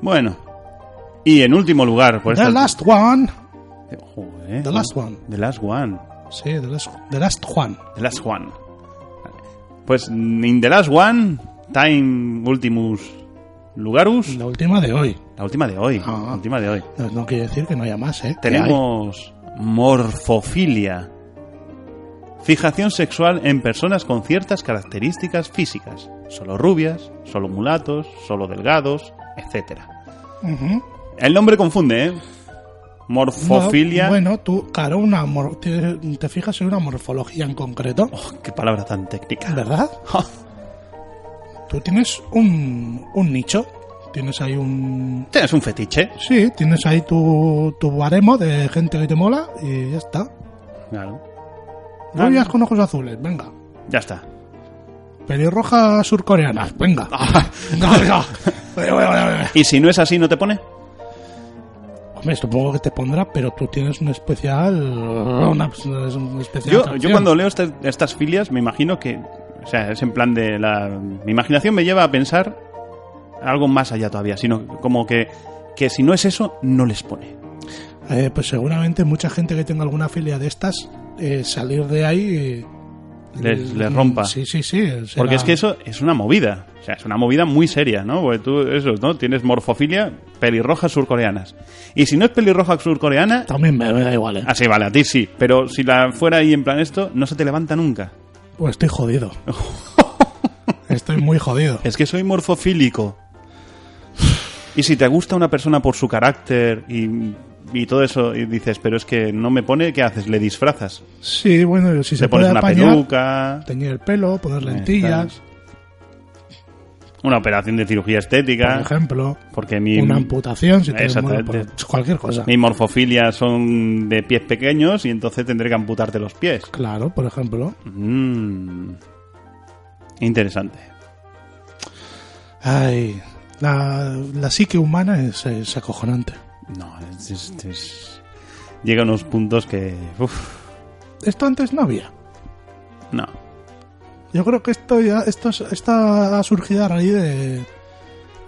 Speaker 6: Bueno, y en último lugar, por
Speaker 7: The
Speaker 6: esta-
Speaker 7: last one.
Speaker 6: Joder.
Speaker 7: The last one.
Speaker 6: The last one.
Speaker 7: Sí, The last, the last one.
Speaker 6: The last one. Pues in the last one, time ultimus lugarus,
Speaker 7: La última de hoy.
Speaker 6: la última de hoy,
Speaker 7: Ah.
Speaker 6: la última de hoy.
Speaker 7: No, no quiere decir que no haya más, ¿eh?
Speaker 6: Tenemos morfofilia. Fijación sexual en personas con ciertas características físicas, solo rubias, solo mulatos, solo delgados, etcétera.
Speaker 7: Ujú.
Speaker 6: El nombre confunde, ¿eh? Morfofilia.
Speaker 7: No, bueno, tú, claro, una mor- te, te fijas en una morfología en concreto,
Speaker 6: Oh, qué palabra tan técnica.
Speaker 7: ¿verdad? Tú tienes un, un nicho, tienes ahí un...
Speaker 6: Tienes un fetiche.
Speaker 7: Sí, tienes ahí tu, tu baremo de gente que te mola y ya está.
Speaker 6: Claro. Ah,
Speaker 7: Rubias con ojos azules, venga.
Speaker 6: Ya está.
Speaker 7: Pelirroja surcoreana, venga.
Speaker 6: Ah.
Speaker 7: Venga.
Speaker 6: Y si no es así, ¿no te pone?
Speaker 7: Hombre, supongo que te pondrá, pero tú tienes un especial... Una, un especial
Speaker 6: Yo, yo
Speaker 7: atracción.
Speaker 6: cuando leo este- estas filias me imagino que... O sea, es en plan de la... Mi imaginación me lleva a pensar algo más allá todavía, sino como que, que si no es eso, no les pone.
Speaker 7: Eh, pues seguramente mucha gente que tenga alguna filia de estas, eh, salir de ahí... eh,
Speaker 6: Les- les
Speaker 7: mm,
Speaker 6: rompa.
Speaker 7: Sí, sí, sí. será-
Speaker 6: Porque es que eso es una movida. O sea, es una movida muy seria, ¿no? Porque tú, eso, ¿no? Tienes morfofilia, pelirrojas surcoreanas. Y si no es pelirroja surcoreana,
Speaker 7: También me, me da igual, ¿eh?
Speaker 6: Ah, sí, vale, a ti sí. Pero si la fuera ahí en plan esto, no se te levanta nunca.
Speaker 7: Pues estoy jodido. estoy muy jodido.
Speaker 6: Es que soy morfofílico. Y si te gusta una persona por su carácter y, y todo eso, y dices, pero es que no me pone, ¿qué haces? Le disfrazas.
Speaker 7: Sí, bueno, si se
Speaker 6: Le pones una
Speaker 7: puede apañar,
Speaker 6: peluca,
Speaker 7: teñir el pelo, poner lentillas,
Speaker 6: una operación de cirugía
Speaker 7: por
Speaker 6: estética.
Speaker 7: ejemplo,
Speaker 6: Porque mi,
Speaker 7: una amputación, si te mola,
Speaker 6: Exactamente.
Speaker 7: pues, cualquier cosa.
Speaker 6: mi morfofilia son de pies pequeños y entonces tendré que amputarte los pies.
Speaker 7: Claro, por ejemplo.
Speaker 6: Mm. Interesante.
Speaker 7: Ay, la, la psique humana es, es acojonante.
Speaker 6: No, es- es- es- llega a unos puntos que... uf,
Speaker 7: Esto antes no había.
Speaker 6: no.
Speaker 7: Yo creo que esto ya esto, es- esta ha surgido a raíz de,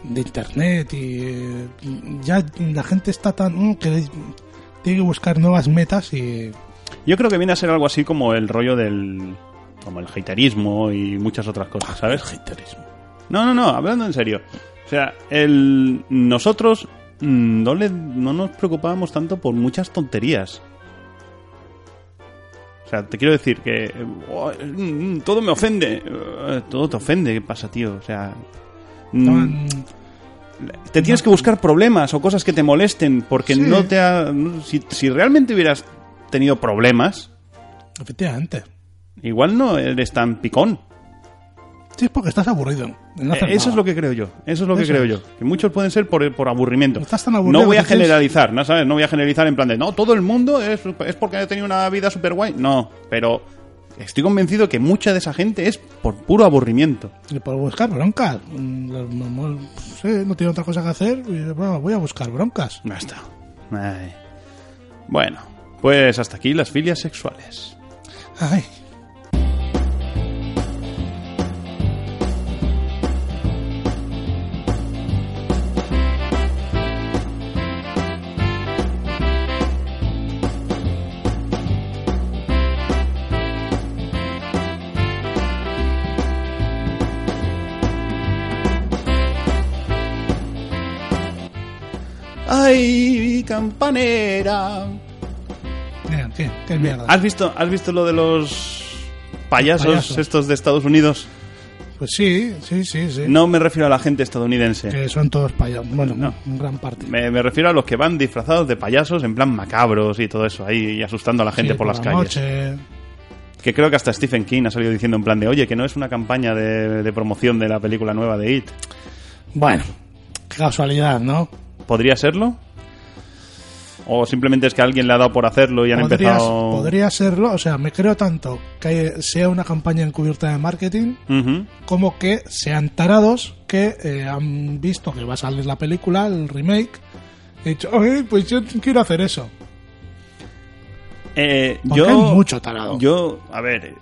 Speaker 7: de internet y eh, ya la gente está tan mm, que tiene que buscar nuevas metas y
Speaker 6: Yo creo que viene a ser algo así como el rollo del... Como el haterismo y muchas otras cosas, ¿sabes?
Speaker 7: Ah, haterismo.
Speaker 6: No, no, no, hablando en serio. O sea, el, nosotros mm, no, le- no nos preocupábamos tanto por muchas tonterías. O sea, te quiero decir que eh, oh, mm, mm, todo me ofende. Eh, Todo te ofende, ¿qué pasa, tío? O sea... mm,
Speaker 7: Tan-
Speaker 6: Te tienes que buscar problemas o cosas que te molesten porque
Speaker 7: Sí.
Speaker 6: no te ha, si, si realmente hubieras tenido problemas,
Speaker 7: efectivamente.
Speaker 6: igual no eres tan picón.
Speaker 7: Sí, es porque estás aburrido. en no
Speaker 6: Eh,
Speaker 7: hacer
Speaker 6: eso es
Speaker 7: nada.
Speaker 6: lo que creo yo. Eso es lo que
Speaker 7: Eso
Speaker 6: creo
Speaker 7: es.
Speaker 6: yo. Que muchos pueden ser por, por aburrimiento.
Speaker 7: Estás tan aburrido
Speaker 6: no voy
Speaker 7: que
Speaker 6: a
Speaker 7: dices-
Speaker 6: generalizar, ¿no sabes? No voy a generalizar en plan de no, todo el mundo es, es porque ha tenido una vida super guay. No, pero estoy convencido que mucha de esa gente es por puro aburrimiento.
Speaker 7: Y por buscar broncas. Mm, los mamón, sí, no tiene otra cosa que hacer. y, bueno, voy a buscar broncas.
Speaker 6: No está. Ay. Bueno, pues hasta aquí las filias sexuales.
Speaker 7: Ay,
Speaker 6: ¡Ay, campanera!
Speaker 7: Mira, qué, qué mierda.
Speaker 6: ¿Has visto, ¿Has visto lo de los payasos,
Speaker 7: Payasos.
Speaker 6: estos de Estados Unidos?
Speaker 7: Pues sí, sí, sí, sí.
Speaker 6: No me refiero a la gente estadounidense.
Speaker 7: Que son todos payasos. Bueno,
Speaker 6: No.
Speaker 7: en gran parte.
Speaker 6: Me, me refiero a los que van disfrazados de payasos en plan macabros y todo eso, ahí asustando a la gente
Speaker 7: Sí,
Speaker 6: por, las
Speaker 7: la
Speaker 6: calles.
Speaker 7: noche.
Speaker 6: Que creo que hasta Stephen King ha salido diciendo en plan de, oye, que no es una campaña de, de promoción de la película nueva de It.
Speaker 7: Bueno, qué casualidad, ¿no?
Speaker 6: ¿Podría serlo? ¿O simplemente es que alguien le ha dado por hacerlo y han
Speaker 7: Podría-
Speaker 6: empezado...
Speaker 7: Podría serlo, o sea, me creo tanto que sea una campaña encubierta de marketing
Speaker 6: Ujú.
Speaker 7: como que sean tarados que eh, han visto que va a salir la película, el remake, y dicho, "Ay, pues yo quiero hacer eso.
Speaker 6: Eh,
Speaker 7: Porque hay mucho tarado.
Speaker 6: Yo, a ver, eh,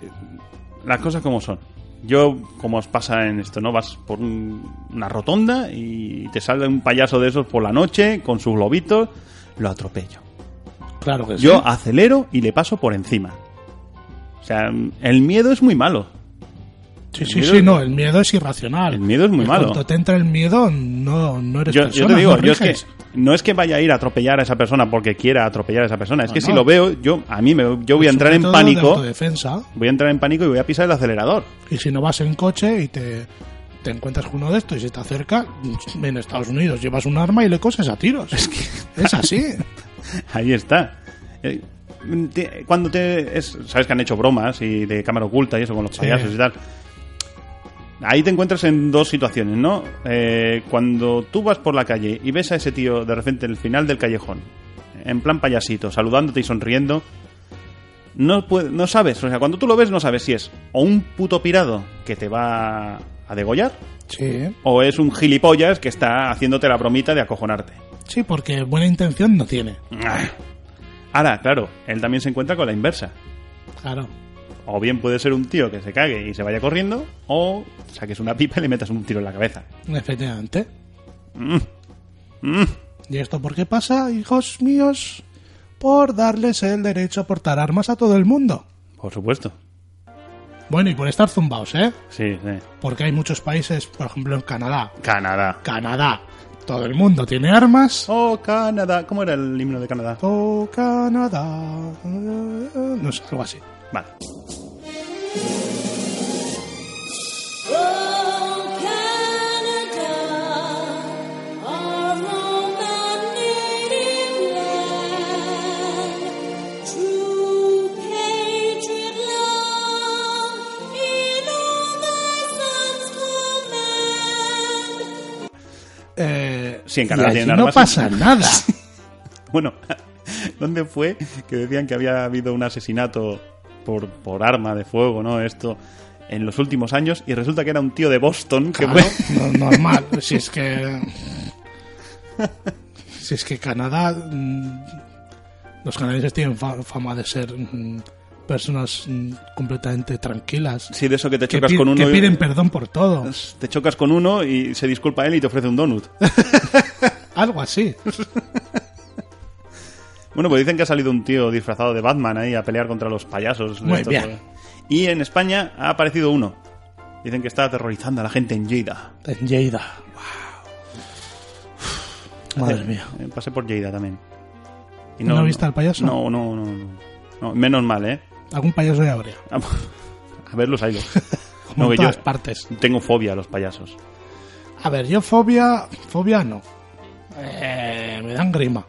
Speaker 6: las cosas como son. Yo, como os pasa en esto, ¿no? Vas por un- una rotonda y te sale un payaso de esos por la noche con sus globitos, lo atropello.
Speaker 7: Claro que
Speaker 6: Yo ah, acelero y le paso por encima. O sea, el miedo es muy malo.
Speaker 7: sí. Sí,
Speaker 6: el
Speaker 7: sí,
Speaker 6: miedo-
Speaker 7: sí, no, el miedo es irracional.
Speaker 6: El miedo es muy
Speaker 7: En
Speaker 6: malo.
Speaker 7: cuanto te entra el miedo, no, no eres
Speaker 6: Yo, yo
Speaker 7: persona,
Speaker 6: te digo,
Speaker 7: no
Speaker 6: yo es que
Speaker 7: riges.
Speaker 6: no es que vaya a ir a atropellar a esa persona porque quiera atropellar a esa persona. Es
Speaker 7: No,
Speaker 6: que si
Speaker 7: no.
Speaker 6: lo veo, yo a mí me, yo voy a
Speaker 7: Es un
Speaker 6: entrar en
Speaker 7: método De
Speaker 6: pánico.
Speaker 7: autodefensa.
Speaker 6: Voy a entrar en pánico y voy a pisar el acelerador.
Speaker 7: Y si no vas en coche y te, te encuentras con uno de estos y se te acerca, en Estados Unidos llevas un arma y le coses a tiros. Es que es así.
Speaker 6: Ahí está. Eh, te- Cuando te. es- Sabes que han hecho bromas y de cámara oculta y eso con los
Speaker 7: Sí.
Speaker 6: payasos y tal. Ahí te encuentras en dos situaciones, ¿no? Eh, cuando tú vas por la calle y ves a ese tío de repente en el final del callejón, en plan payasito, saludándote y sonriendo, no, puede- no sabes, o sea, cuando tú lo ves no sabes si es o un puto pirado que te va a degollar
Speaker 7: Sí,
Speaker 6: o es un gilipollas que está haciéndote la bromita de acojonarte.
Speaker 7: sí, porque buena intención no tiene.
Speaker 6: Ah. Ahora, claro, él también se encuentra con la inversa.
Speaker 7: Claro.
Speaker 6: O bien puede ser un tío que se cague y se vaya corriendo, o saques una pipa y le metas un tiro en la cabeza.
Speaker 7: Efectivamente.
Speaker 6: Mm. Mm.
Speaker 7: ¿Y esto por qué pasa, hijos míos? Por darles el derecho a portar armas a todo el mundo.
Speaker 6: Por supuesto.
Speaker 7: Bueno, y por estar zumbaos, ¿eh?
Speaker 6: Sí, sí.
Speaker 7: Porque hay muchos países, por ejemplo en Canadá.
Speaker 6: Canadá.
Speaker 7: Canadá. Todo el mundo tiene armas.
Speaker 6: Oh, Canadá. ¿Cómo era el himno de Canadá?
Speaker 7: Oh, Canadá. eh, eh, No sé, algo así.
Speaker 6: Vale.
Speaker 7: Eh,
Speaker 6: Sí, en Canadá
Speaker 7: y allí
Speaker 6: tienen
Speaker 7: no
Speaker 6: armas.
Speaker 7: pasa nada.
Speaker 6: Bueno, ¿dónde fue que decían que había habido un asesinato por, por arma de fuego, no? Esto en los últimos años y resulta que era un tío de Boston que
Speaker 7: Claro,
Speaker 6: fue-
Speaker 7: no- normal. Si es que. Si es que Canadá. mm, Los canadienses tienen fa- fama de ser mm, personas mm, completamente tranquilas.
Speaker 6: Sí, de eso que te
Speaker 7: Que,
Speaker 6: chocas
Speaker 7: pi-
Speaker 6: con uno
Speaker 7: que
Speaker 6: y-
Speaker 7: piden perdón por todo.
Speaker 6: te chocas con uno y se disculpa él y te ofrece un donut.
Speaker 7: Algo así.
Speaker 6: Bueno, pues dicen que ha salido un tío disfrazado de Batman ahí a pelear contra los payasos.
Speaker 7: Muy
Speaker 6: Estos-
Speaker 7: bien.
Speaker 6: Y en España ha aparecido uno. Dicen que está aterrorizando a la gente en Lleida.
Speaker 7: En Lleida. Madre mía.
Speaker 6: Eh, Pasé por Lleida también. Y
Speaker 7: ¿No viste al payaso?
Speaker 6: No, no, no, no. No, menos mal, ¿eh?
Speaker 7: Algún payaso ya habría.
Speaker 6: A ver los ailos. No,
Speaker 7: Como en
Speaker 6: que yo
Speaker 7: todas partes.
Speaker 6: tengo fobia a los payasos.
Speaker 7: A ver, yo fobia. Fobia no. Eh, me dan grima.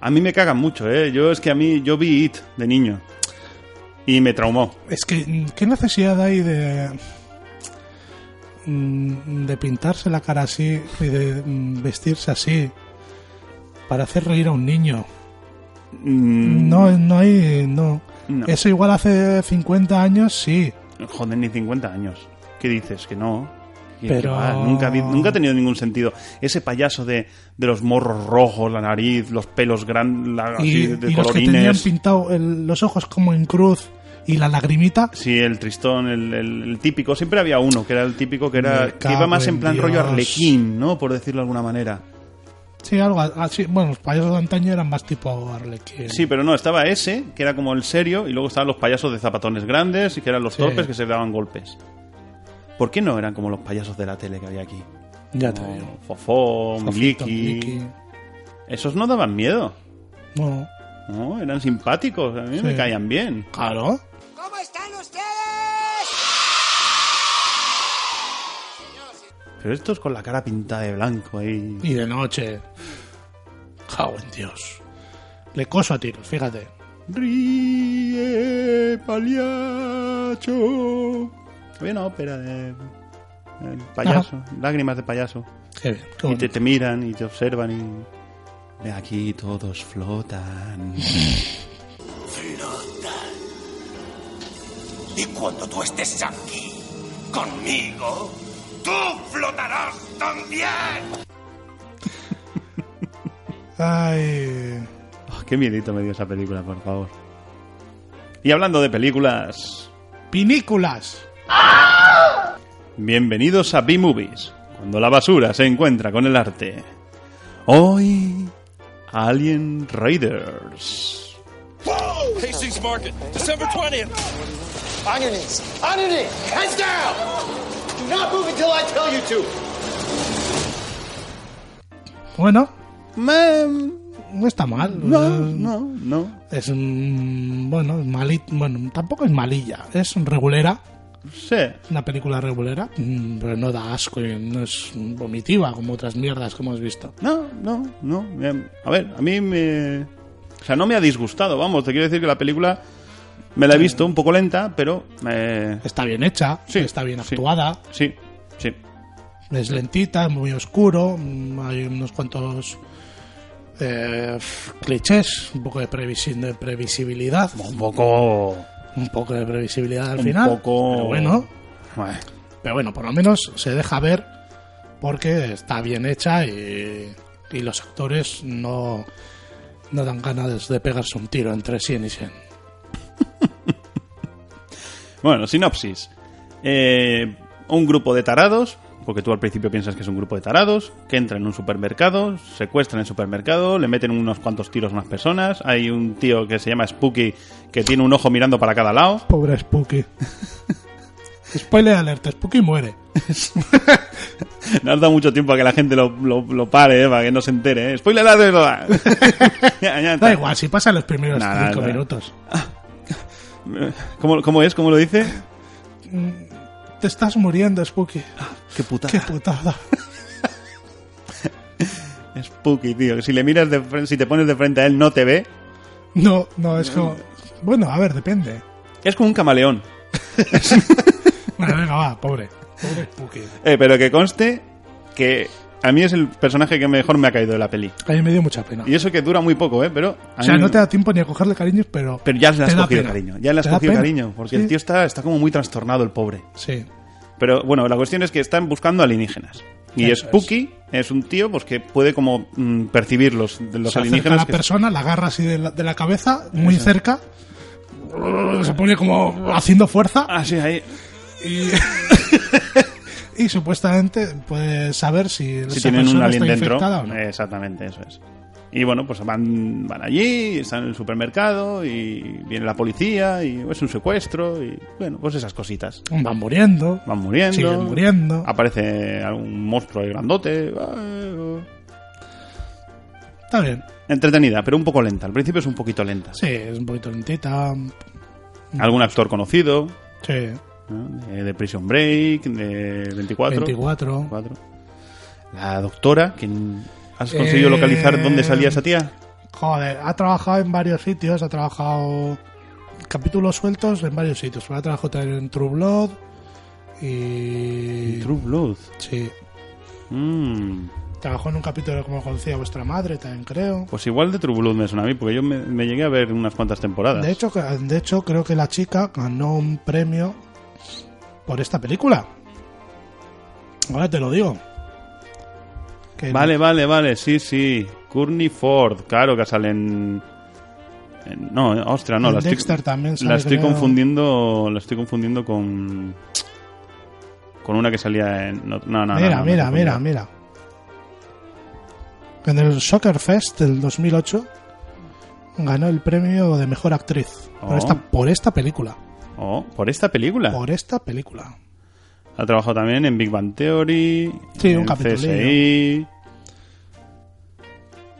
Speaker 6: A mí me cagan mucho, ¿eh? Yo es que a mí, yo vi It de niño. Y me traumó.
Speaker 7: Es que, mm, ¿qué necesidad hay de. mm, de pintarse la cara así y de mm, vestirse así para hacer reír a un niño?
Speaker 6: Mm,
Speaker 7: No, no hay. No.
Speaker 6: No.
Speaker 7: Eso igual hace 50 años sí,
Speaker 6: Joder, ni 50 años. ¿Qué dices? Que no. Que- que
Speaker 7: Pero-
Speaker 6: va, nunca, vi- nunca ha tenido ningún sentido. Ese payaso de, de los morros rojos, la nariz, los pelos gran, la- así
Speaker 7: y,
Speaker 6: Ah, de
Speaker 7: y los que tenían
Speaker 6: colorines.
Speaker 7: pintado el- los ojos como en cruz y la lagrimita.
Speaker 6: Sí, el tristón, el, el- el típico. Siempre había uno que era el típico que
Speaker 7: Me
Speaker 6: era que
Speaker 7: cago
Speaker 6: iba más en
Speaker 7: en
Speaker 6: plan rollo
Speaker 7: Dios.
Speaker 6: arlequín, ¿no? Por decirlo de alguna manera.
Speaker 7: Sí, algo así. Bueno, los payasos de antaño eran más tipo Arlequín.
Speaker 6: Sí, pero no, estaba ese, que era como el serio, y luego estaban los payasos de zapatones grandes, y que eran los
Speaker 7: Sí.
Speaker 6: torpes que se daban golpes. ¿Por qué no eran como los payasos de la tele que había aquí?
Speaker 7: Ya
Speaker 6: como
Speaker 7: te digo.
Speaker 6: Fofó,
Speaker 7: Fofito,
Speaker 6: Miliki.
Speaker 7: Miliki.
Speaker 6: Esos no daban miedo.
Speaker 7: No.
Speaker 6: No, eran simpáticos. A mí
Speaker 7: Sí.
Speaker 6: me caían bien.
Speaker 7: Claro.
Speaker 9: ¿Cómo están ustedes?
Speaker 6: Pero estos con la cara pintada de blanco ahí.
Speaker 7: Y de noche. Jau, en Dios. Le coso a tiros, fíjate.
Speaker 6: Ríe, paliacho. Había una ópera de. el payaso. Lágrimas de payaso.
Speaker 7: Qué bien,
Speaker 6: Y
Speaker 7: qué bonito.
Speaker 6: te, te miran y te observan y. "Ve Aquí todos flotan.
Speaker 2: Y cuando tú estés aquí, conmigo, tú flotarás también.
Speaker 7: Ay.
Speaker 6: Oh, qué miedito me dio esa película, por favor. Y hablando de películas,
Speaker 7: Pinículas.
Speaker 6: bienvenidos a B-Movies, cuando la basura se encuentra con el arte. Hoy, Alien Raiders.
Speaker 2: Hastings Market, December 20th.
Speaker 8: On your knees. On your knees. Hands down. Do not move until I tell you to.
Speaker 7: Bueno,
Speaker 6: Mem,
Speaker 7: no está mal.
Speaker 6: No,
Speaker 7: Eh,
Speaker 6: no, no.
Speaker 7: Es un. Bueno, es mali- bueno, tampoco es malilla. Es regulera.
Speaker 6: Sé.
Speaker 7: Una película regulera. mm, Pero no da asco y no es vomitiva como otras mierdas que hemos visto.
Speaker 6: No, no, no. Em, A ver, a mí me. O sea, no me ha disgustado, vamos. Te quiero decir que la película me la he visto un poco lenta, pero. eh,
Speaker 7: Está bien hecha,
Speaker 6: Sí,
Speaker 7: está bien
Speaker 6: sí.
Speaker 7: actuada.
Speaker 6: sí, sí.
Speaker 7: Es lentita, muy oscuro, mm, hay unos cuantos eh, f- clichés, un poco de, previsi- de previsibilidad,
Speaker 6: Un poco.
Speaker 7: un poco de previsibilidad al
Speaker 6: un
Speaker 7: final,
Speaker 6: poco.
Speaker 7: pero bueno,
Speaker 6: Bueno.
Speaker 7: pero bueno, por lo menos se deja ver porque está bien hecha y, y los actores no, no dan ganas de pegarse un tiro entre 100 y 100.
Speaker 6: Bueno, sinopsis. Eh, un grupo de tarados, porque tú al principio piensas que es un grupo de tarados, que entra en un supermercado, secuestran el supermercado, le meten unos cuantos tiros a unas personas. Hay un tío que se llama Spooky que tiene un ojo mirando para cada lado.
Speaker 7: Pobre Spooky. Spoiler alert, Spooky muere.
Speaker 6: No has dado mucho tiempo a que la gente lo, lo- lo pare, eh, para que no se entere. ¿eh? Spoiler alert. Ya, ya está.
Speaker 7: Da igual, si pasan los primeros
Speaker 6: Nada,
Speaker 7: 5
Speaker 6: nada.
Speaker 7: minutos.
Speaker 6: ¿Cómo, ¿Cómo es? ¿Cómo lo dice?
Speaker 7: Te estás muriendo, Spooky.
Speaker 6: Qué putada.
Speaker 7: Qué putada.
Speaker 6: Spooky, tío. que Si le miras de frente, si te pones de frente a él, no te ve.
Speaker 7: No, no, es como. Bueno, a ver, depende.
Speaker 6: Es como un camaleón.
Speaker 7: Bueno, venga, va, pobre. Pobre Spooky.
Speaker 6: Eh, pero que conste que a mí es el personaje que mejor me ha caído de la peli.
Speaker 7: A mí me dio mucha pena.
Speaker 6: Y eso que dura muy poco, ¿eh? Pero. a
Speaker 7: O sea,
Speaker 6: mí-
Speaker 7: no te da tiempo ni a cogerle cariños, pero.
Speaker 6: Pero ya le
Speaker 7: te
Speaker 6: has
Speaker 7: da
Speaker 6: cogido
Speaker 7: pena.
Speaker 6: cariño. Ya le has
Speaker 7: Te da
Speaker 6: cogido
Speaker 7: pena.
Speaker 6: cariño. Porque
Speaker 7: Sí,
Speaker 6: el tío está, está como muy trastornado, el pobre.
Speaker 7: Sí.
Speaker 6: Pero bueno, la cuestión es que están buscando alienígenas. Y
Speaker 7: Eso
Speaker 6: Spooky es. un tío pues que puede como mm, percibir los, de los
Speaker 7: Se acerca a
Speaker 6: alienígenas.
Speaker 7: la
Speaker 6: que-
Speaker 7: persona, la agarra así de la, de la cabeza, muy cerca. Se pone como haciendo fuerza.
Speaker 6: Ah, sí, ahí.
Speaker 7: Y. y supuestamente puede saber si,
Speaker 6: Si
Speaker 7: esa
Speaker 6: tienen un
Speaker 7: persona
Speaker 6: alien
Speaker 7: está
Speaker 6: dentro.
Speaker 7: infectada o no.
Speaker 6: Eh, Exactamente, eso es. Y bueno, pues van, van allí, están en el supermercado y viene la policía y es un secuestro y bueno, pues esas cositas.
Speaker 7: Van muriendo.
Speaker 6: Van muriendo.
Speaker 7: Siguen muriendo.
Speaker 6: Aparece algún monstruo ahí grandote. ah,
Speaker 7: Está bien.
Speaker 6: Entretenida, pero un poco lenta. Al principio es un poquito lenta.
Speaker 7: Sí, es un poquito lentita.
Speaker 6: Algún actor conocido,
Speaker 7: Sí.
Speaker 6: ¿no? Eh, de, de Prison Break, de 24.
Speaker 7: 24.
Speaker 6: 24. La doctora, que ¿has conseguido
Speaker 7: Eh,
Speaker 6: localizar dónde salía esa tía?
Speaker 7: Joder, ha trabajado en varios sitios, ha trabajado capítulos sueltos en varios sitios. Ha trabajado también en True Blood y...
Speaker 6: True Blood.
Speaker 7: Sí.
Speaker 6: Mm.
Speaker 7: Trabajó en un capítulo como conocía vuestra madre, también creo.
Speaker 6: Pues igual de True Blood me suena a mí, porque yo me, me llegué a ver unas cuantas temporadas.
Speaker 7: De hecho, que- de hecho, creo que la chica ganó un premio por esta película. Ahora te lo digo. Que-
Speaker 6: Vale, vale, vale, sí, sí. Courtney Ford, claro que salen. en- No, ostras, no,
Speaker 7: En
Speaker 6: la estoy,
Speaker 7: Dexter también sale,
Speaker 6: la estoy
Speaker 7: creo.
Speaker 6: confundiendo, la estoy confundiendo con con una que salía en no, no, no,
Speaker 7: mira,
Speaker 6: no, no,
Speaker 7: mira,
Speaker 6: no, no,
Speaker 7: mira,
Speaker 6: no.
Speaker 7: mira. En el Soccer Fest del 2008 ganó el premio de mejor actriz por
Speaker 6: Oh.
Speaker 7: esta por esta película,
Speaker 6: Oh, por esta película.
Speaker 7: por esta película.
Speaker 6: Ha trabajado también en Big Bang Theory,
Speaker 7: Sí, un
Speaker 6: en
Speaker 7: capitulillo.
Speaker 6: CSI.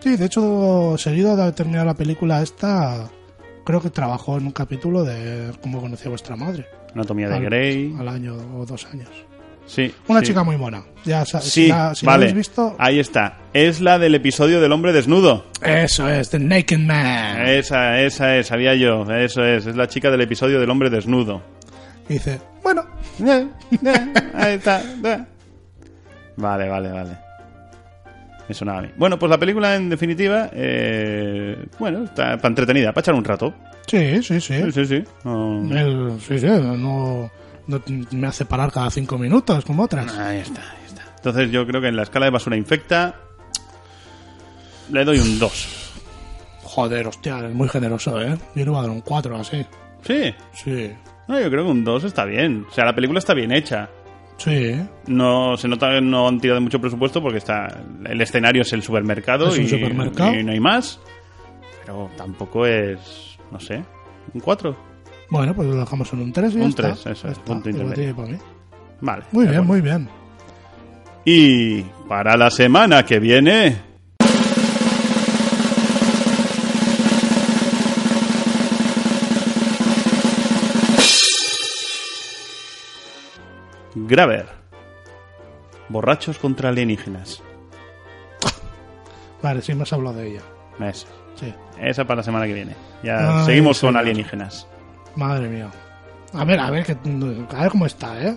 Speaker 7: Sí, de hecho, seguido de haber terminado la película esta, creo que trabajó en un capítulo de Cómo conocí a vuestra madre.
Speaker 6: Anatomía de
Speaker 7: Al-
Speaker 6: Grey.
Speaker 7: Al año o dos años.
Speaker 6: Sí.
Speaker 7: Una
Speaker 6: sí.
Speaker 7: chica muy mona. Ya, sa-
Speaker 6: Sí,
Speaker 7: si la, si la
Speaker 6: vale. Ah.
Speaker 7: habéis visto,
Speaker 6: Ahí está. Es la del episodio del hombre desnudo.
Speaker 7: eso es, The Naked
Speaker 6: Ah.
Speaker 7: Man.
Speaker 6: Esa, esa es, sabía yo. Eso es. Es la chica del episodio del hombre desnudo. Eh,
Speaker 7: Y dice, bueno,
Speaker 6: Ahí está. Vale, vale, vale. Me sonaba a mí. Bueno, pues la película, en definitiva, eh, bueno, está, está entretenida. Para echar un rato.
Speaker 7: sí, sí, sí.
Speaker 6: Sí, sí, sí. No-
Speaker 7: El- sí, sí, no, no t- me hace parar cada cinco minutos como otras.
Speaker 6: Ahí está, ahí está. Entonces yo creo que en la escala de basura infecta le doy un 2.
Speaker 7: Joder, hostia, es muy generoso, ¿eh? Yo le voy a dar un 4 así.
Speaker 6: Sí.
Speaker 7: Sí,
Speaker 6: No, yo creo que un 2 está bien. O sea, la película está bien hecha.
Speaker 7: sí.
Speaker 6: No, se nota que no han tirado mucho presupuesto porque está el escenario es el supermercado,
Speaker 7: Es un
Speaker 6: y,
Speaker 7: supermercado.
Speaker 6: y no hay más. Pero tampoco es, no sé, un 4.
Speaker 7: Bueno, pues lo dejamos en un 3 y ya
Speaker 6: Un
Speaker 7: está.
Speaker 6: tres, eso
Speaker 7: Ya
Speaker 6: es,
Speaker 7: está.
Speaker 6: punto
Speaker 7: Y lo
Speaker 6: intermedio.
Speaker 7: tiene para mí.
Speaker 6: Vale.
Speaker 7: Muy
Speaker 6: de
Speaker 7: bien,
Speaker 6: acuerdo.
Speaker 7: muy bien.
Speaker 6: Y para la semana que viene. Graver. Borrachos contra alienígenas.
Speaker 7: Vale, sí, me has hablado de ella.
Speaker 6: Esa,
Speaker 7: Sí.
Speaker 6: esa para la semana que viene. Ya
Speaker 7: Ay,
Speaker 6: seguimos con
Speaker 7: señor.
Speaker 6: alienígenas.
Speaker 7: Madre mía. A ver, a ver, que, a ver cómo está, ¿eh?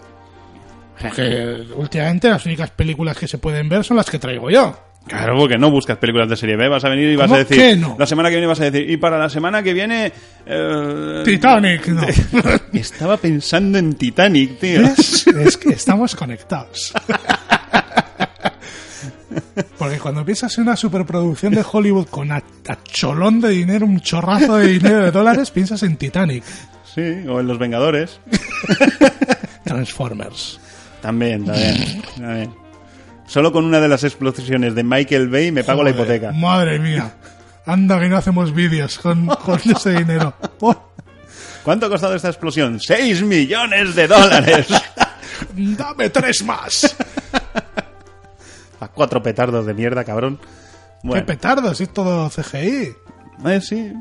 Speaker 7: Es que últimamente las únicas películas que se pueden ver son las que traigo yo.
Speaker 6: Claro, porque no buscas películas de serie B. Vas a venir y vas
Speaker 7: ¿Cómo
Speaker 6: a decir.
Speaker 7: que no?
Speaker 6: La semana que viene vas a decir. Y para la semana que viene. eh,
Speaker 7: Titanic, no.
Speaker 6: Estaba pensando en Titanic, tío.
Speaker 7: ¿Ves? Es que estamos conectados. Porque cuando piensas en una superproducción de Hollywood con a, a cholón de dinero, un chorrazo de dinero de dólares, piensas en Titanic,
Speaker 6: Sí, o en Los Vengadores.
Speaker 7: Transformers.
Speaker 6: También, también, también. Solo con una de las explosiones de Michael Bay me pago la
Speaker 7: Joder,
Speaker 6: hipoteca.
Speaker 7: Madre mía. Anda que no hacemos vídeos con, con ese dinero. Oh,
Speaker 6: ¿Cuánto ha costado esta explosión? ¡6 millones de dólares!
Speaker 7: dame tres más.
Speaker 6: A cuatro petardos de mierda, cabrón. Bueno,
Speaker 7: Qué petardo, si es todo CGI.
Speaker 6: eh, sí.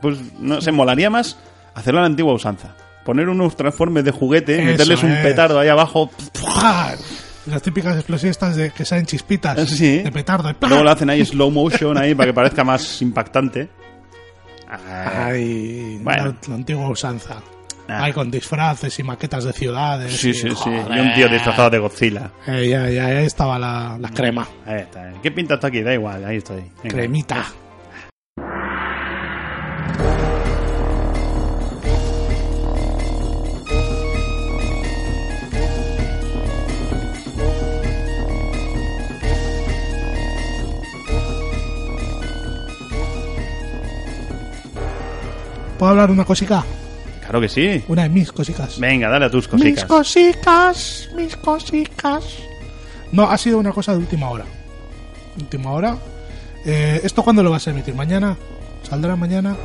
Speaker 6: Pues no, se molaría más hacerlo a la antigua usanza. Poner unos transformes de juguete,
Speaker 7: Eso
Speaker 6: meterles un
Speaker 7: es.
Speaker 6: petardo ahí abajo.
Speaker 7: ¡Puah! Las típicas explosiones estas de que salen chispitas
Speaker 6: Sí.
Speaker 7: de petardo. ¡Pah!
Speaker 6: Luego lo hacen ahí slow motion ahí para que parezca más impactante. Ah,
Speaker 7: Ay,
Speaker 6: Bueno.
Speaker 7: la, la antigua usanza.
Speaker 6: Ah.
Speaker 7: Ay, con disfraces y maquetas de ciudades.
Speaker 6: Sí,
Speaker 7: y-
Speaker 6: sí, sí.
Speaker 7: joder. Eh,
Speaker 6: Y un tío disfrazado de Godzilla.
Speaker 7: Ahí, ahí, ahí estaba la,
Speaker 6: Mm.
Speaker 7: la crema.
Speaker 6: Ahí está. ¿Qué pinta está aquí? Da igual, ahí estoy. Venga.
Speaker 7: Cremita. ¿Puedo hablar una cosica?
Speaker 6: Claro que sí.
Speaker 7: Una de mis cosicas.
Speaker 6: Venga, dale a tus
Speaker 7: Mis
Speaker 6: cositas.
Speaker 7: cositas, mis cositas. No, ha sido una cosa de última hora. Última hora. Eh, ¿Esto cuándo lo vas a emitir? ¿Mañana? ¿Saldrá mañana?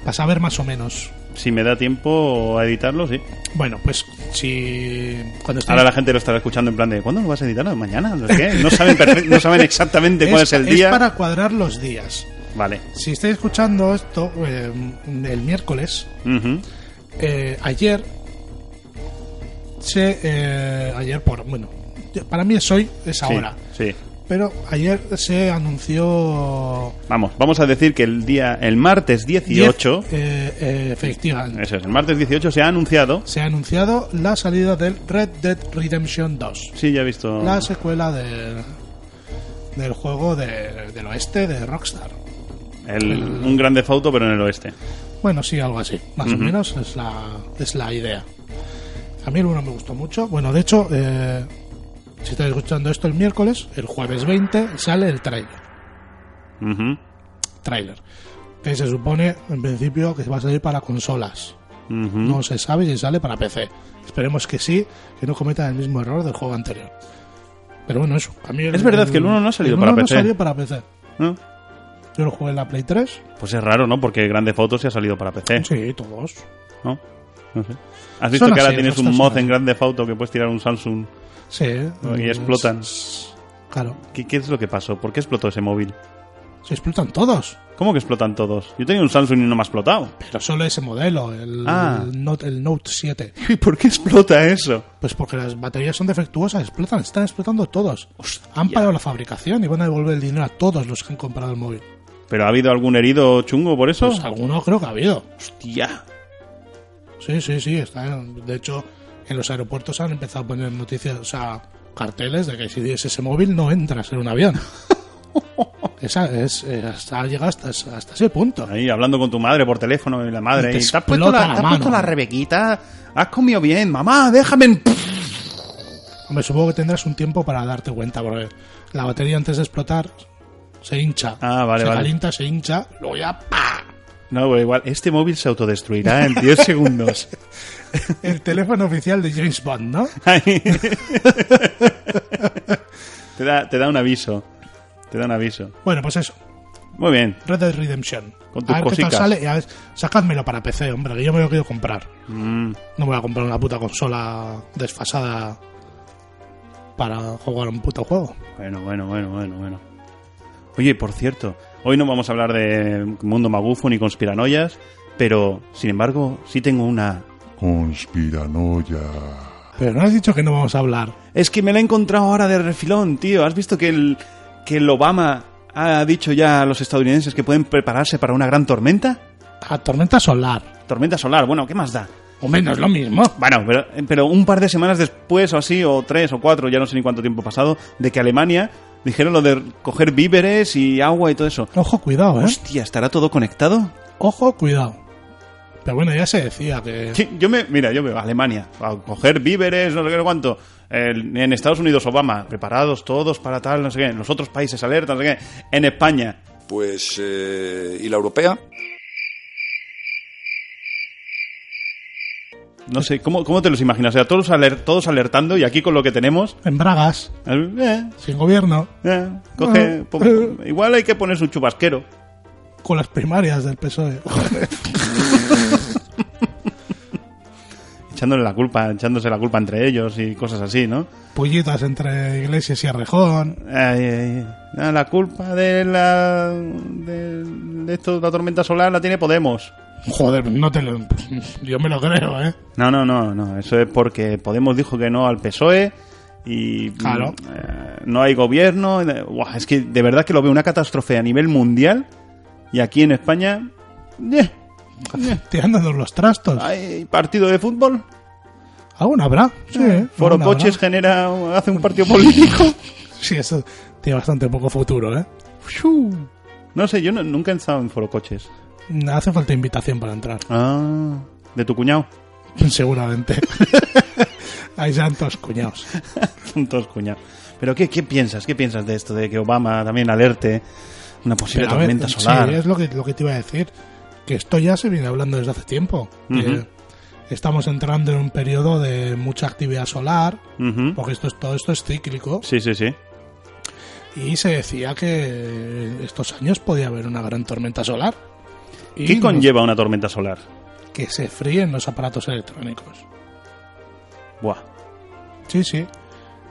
Speaker 7: Para saber más o menos.
Speaker 6: si me da tiempo a editarlo, sí.
Speaker 7: Bueno, pues si. Cuando estéis-
Speaker 6: Ahora la gente lo estará escuchando en plan de ¿cuándo lo vas a editar? ¿Mañana? ¿No, sé qué? no, saben, perfe- no saben exactamente cuál es, el día.
Speaker 7: para cuadrar los días.
Speaker 6: Vale.
Speaker 7: Si estáis escuchando esto eh, el miércoles,
Speaker 6: Ujú.
Speaker 7: eh, ayer se. eh, ayer por. Bueno, para mí es hoy, es
Speaker 6: Sí,
Speaker 7: ahora.
Speaker 6: Sí.
Speaker 7: Pero ayer se anunció.
Speaker 6: Vamos, vamos a decir que el día, el martes 18,
Speaker 7: diez, eh, eh, efectivamente.
Speaker 6: eso es, el martes 18 se ha anunciado.
Speaker 7: Se ha anunciado la salida del Red Dead Redemption 2.
Speaker 6: Sí, ya he visto.
Speaker 7: La secuela del, del juego de- del oeste de Rockstar.
Speaker 6: el- un grande foto, pero en el oeste.
Speaker 7: Bueno, sí, algo así. Más o
Speaker 6: Ujú.
Speaker 7: menos es la, es la idea. A mí el uno me gustó mucho. Bueno, de hecho, eh, si estáis escuchando esto el miércoles, el jueves 20 sale el trailer.
Speaker 6: Ujú.
Speaker 7: Trailer. Que se supone, en principio, que va a salir para consolas.
Speaker 6: Ujú.
Speaker 7: No se sabe si sale para PC. Esperemos que sí, que no cometan el mismo error del juego anterior. Pero bueno, eso. A mí el-
Speaker 6: Es verdad que el uno no ha salido
Speaker 7: el
Speaker 6: para
Speaker 7: uno no
Speaker 6: PC.
Speaker 7: salió para PC.
Speaker 6: ¿No?
Speaker 7: Yo lo jugué en la Play 3.
Speaker 6: Eh. Pues es raro, ¿no? Porque el grande foto se ha salido para PC.
Speaker 7: Sí, todos.
Speaker 6: ¿no? No sé. ¿Has visto
Speaker 7: Son
Speaker 6: que ahora
Speaker 7: así,
Speaker 6: tienes
Speaker 7: no
Speaker 6: un
Speaker 7: estás
Speaker 6: mod
Speaker 7: mal.
Speaker 6: en grande foto que puedes tirar un Samsung
Speaker 7: Sí.
Speaker 6: y
Speaker 7: pues,
Speaker 6: explotan?
Speaker 7: Claro.
Speaker 6: ¿Qué, qué es lo que pasó? ¿Por qué explotó ese móvil?
Speaker 7: Se explotan todos.
Speaker 6: ¿Cómo que explotan todos? Yo tenía un Samsung y no me ha explotado.
Speaker 7: Pero solo ese modelo, el,
Speaker 6: Ah.
Speaker 7: el Note, el Note 7.
Speaker 6: ¿Y por qué explota eso?
Speaker 7: Pues porque las baterías son defectuosas, explotan, están explotando todos. Han parado la fabricación y van a devolver el dinero a todos los que han comprado el móvil.
Speaker 6: ¿Pero ha habido algún herido chungo por eso?
Speaker 7: Pues alguno creo que ha habido.
Speaker 6: Hostia.
Speaker 7: Sí, sí, sí. Está, de hecho, en los aeropuertos han empezado a poner noticias, o sea, carteles de que si tienes ese móvil no entras en un avión. Esa es, eh, hasta, ha llegado hasta, hasta ese punto.
Speaker 6: Ahí hablando con tu madre por teléfono y la madre.
Speaker 7: Y te
Speaker 6: ahí, has puesto
Speaker 7: explota
Speaker 6: la,
Speaker 7: la
Speaker 6: te has puesto
Speaker 7: mano".
Speaker 6: la rebequita? ¿Has comido bien? Mamá, déjame en...
Speaker 7: Hombre, supongo que tendrás un tiempo para darte cuenta, porque la batería antes de explotar se hincha.
Speaker 6: Ah, vale,
Speaker 7: se
Speaker 6: vale.
Speaker 7: calienta, se hincha, luego ya ¡pa!
Speaker 6: No, pero igual, este móvil se autodestruirá en 10 segundos.
Speaker 7: El teléfono oficial de James Bond, ¿no?
Speaker 6: Ahí. te, da, te da un aviso. Te da un aviso.
Speaker 7: Bueno, pues eso.
Speaker 6: Muy bien.
Speaker 7: Red Dead Redemption.
Speaker 6: Con tus
Speaker 7: a ver qué
Speaker 6: cositas.
Speaker 7: tal sale. y a ver, sacádmelo para PC, hombre, que yo me lo quiero comprar.
Speaker 6: Mm,
Speaker 7: No me voy a comprar una puta consola desfasada para jugar un puto juego.
Speaker 6: bueno, bueno, bueno, bueno, bueno. Oye, por cierto, hoy no vamos a hablar de mundo magufo ni conspiranoias, pero, sin embargo, sí tengo una...
Speaker 11: Conspiranoia.
Speaker 7: Pero no has dicho que no vamos a hablar.
Speaker 6: Es que me la he encontrado ahora de refilón, tío. ¿Has visto que el, que el Obama ha dicho ya a los estadounidenses que pueden prepararse para una gran tormenta?
Speaker 7: A tormenta solar.
Speaker 6: Tormenta solar, bueno, ¿qué más da?
Speaker 7: O menos lo mismo.
Speaker 6: Bueno, pero, pero un par de semanas después o así, o tres o cuatro, ya no sé ni cuánto tiempo pasado, de que Alemania dijeron lo de coger víveres y agua y todo eso.
Speaker 7: Ojo, cuidado, eh.
Speaker 6: Hostia, ¿estará todo conectado?
Speaker 7: Ojo, cuidado. Pero bueno, ya se decía que.
Speaker 6: Sí, Yo me, mira, yo veo Alemania, a coger víveres, no sé qué, no cuánto. El- en Estados Unidos, Obama, preparados todos para tal, no sé qué. En los otros países, alerta, no sé qué. En España,
Speaker 11: Pues, eh, ¿y la europea?
Speaker 6: no sé, ¿cómo, cómo te los imaginas? O sea, todos, aler- todos alertando y aquí con lo que tenemos.
Speaker 7: En Bragas,
Speaker 6: eh,
Speaker 7: sin gobierno,
Speaker 6: eh, coge,
Speaker 7: Ah.
Speaker 6: po- igual hay que ponerse un chubasquero.
Speaker 7: con las primarias del PSOE.
Speaker 6: echándole la culpa, echándose la culpa entre ellos y cosas así, ¿no?
Speaker 7: Pullitas entre Iglesias y Arrejón.
Speaker 6: Ay, ay, ay. La culpa de la de, de esto, la tormenta solar la tiene Podemos.
Speaker 7: Joder, no te lo. pues, Yo me lo creo, eh.
Speaker 6: No, no, no, no. Eso es porque Podemos dijo que no al PSOE E y
Speaker 7: Claro.
Speaker 6: mm, eh, no hay gobierno. Eh, buah, es que de verdad que lo veo una catástrofe a nivel mundial y aquí en España eh,
Speaker 7: Tirándonos los trastos.
Speaker 6: hay partido de fútbol. Eh,
Speaker 7: Aún habrá. Sí. aún
Speaker 6: Foro
Speaker 7: habrá.
Speaker 6: Coches genera hace un partido político.
Speaker 7: Sí, eso tiene bastante poco futuro, ¿eh?
Speaker 6: No sé, yo no- nunca he estado en Foro Coches.
Speaker 7: Hace falta invitación para entrar,
Speaker 6: Ah, de tu cuñado.
Speaker 7: seguramente. Hay santos cuñados.
Speaker 6: Son todos cuñados. Pero qué, ¿qué piensas? ¿Qué piensas de esto? De que Obama también alerte una posible
Speaker 7: a ver,
Speaker 6: tormenta solar.
Speaker 7: sí, es lo que, lo que te iba a decir. Que esto ya se viene hablando desde hace tiempo. que
Speaker 6: Ujú.
Speaker 7: Estamos entrando en un periodo de mucha actividad solar,
Speaker 6: Ujú.
Speaker 7: porque esto es, todo esto es cíclico.
Speaker 6: sí, sí, sí.
Speaker 7: Y se decía que estos años podía haber una gran tormenta solar. Y
Speaker 6: ¿Qué
Speaker 7: nos-
Speaker 6: conlleva una tormenta solar?
Speaker 7: Que se fríen los aparatos electrónicos.
Speaker 6: Buah.
Speaker 7: Sí, sí.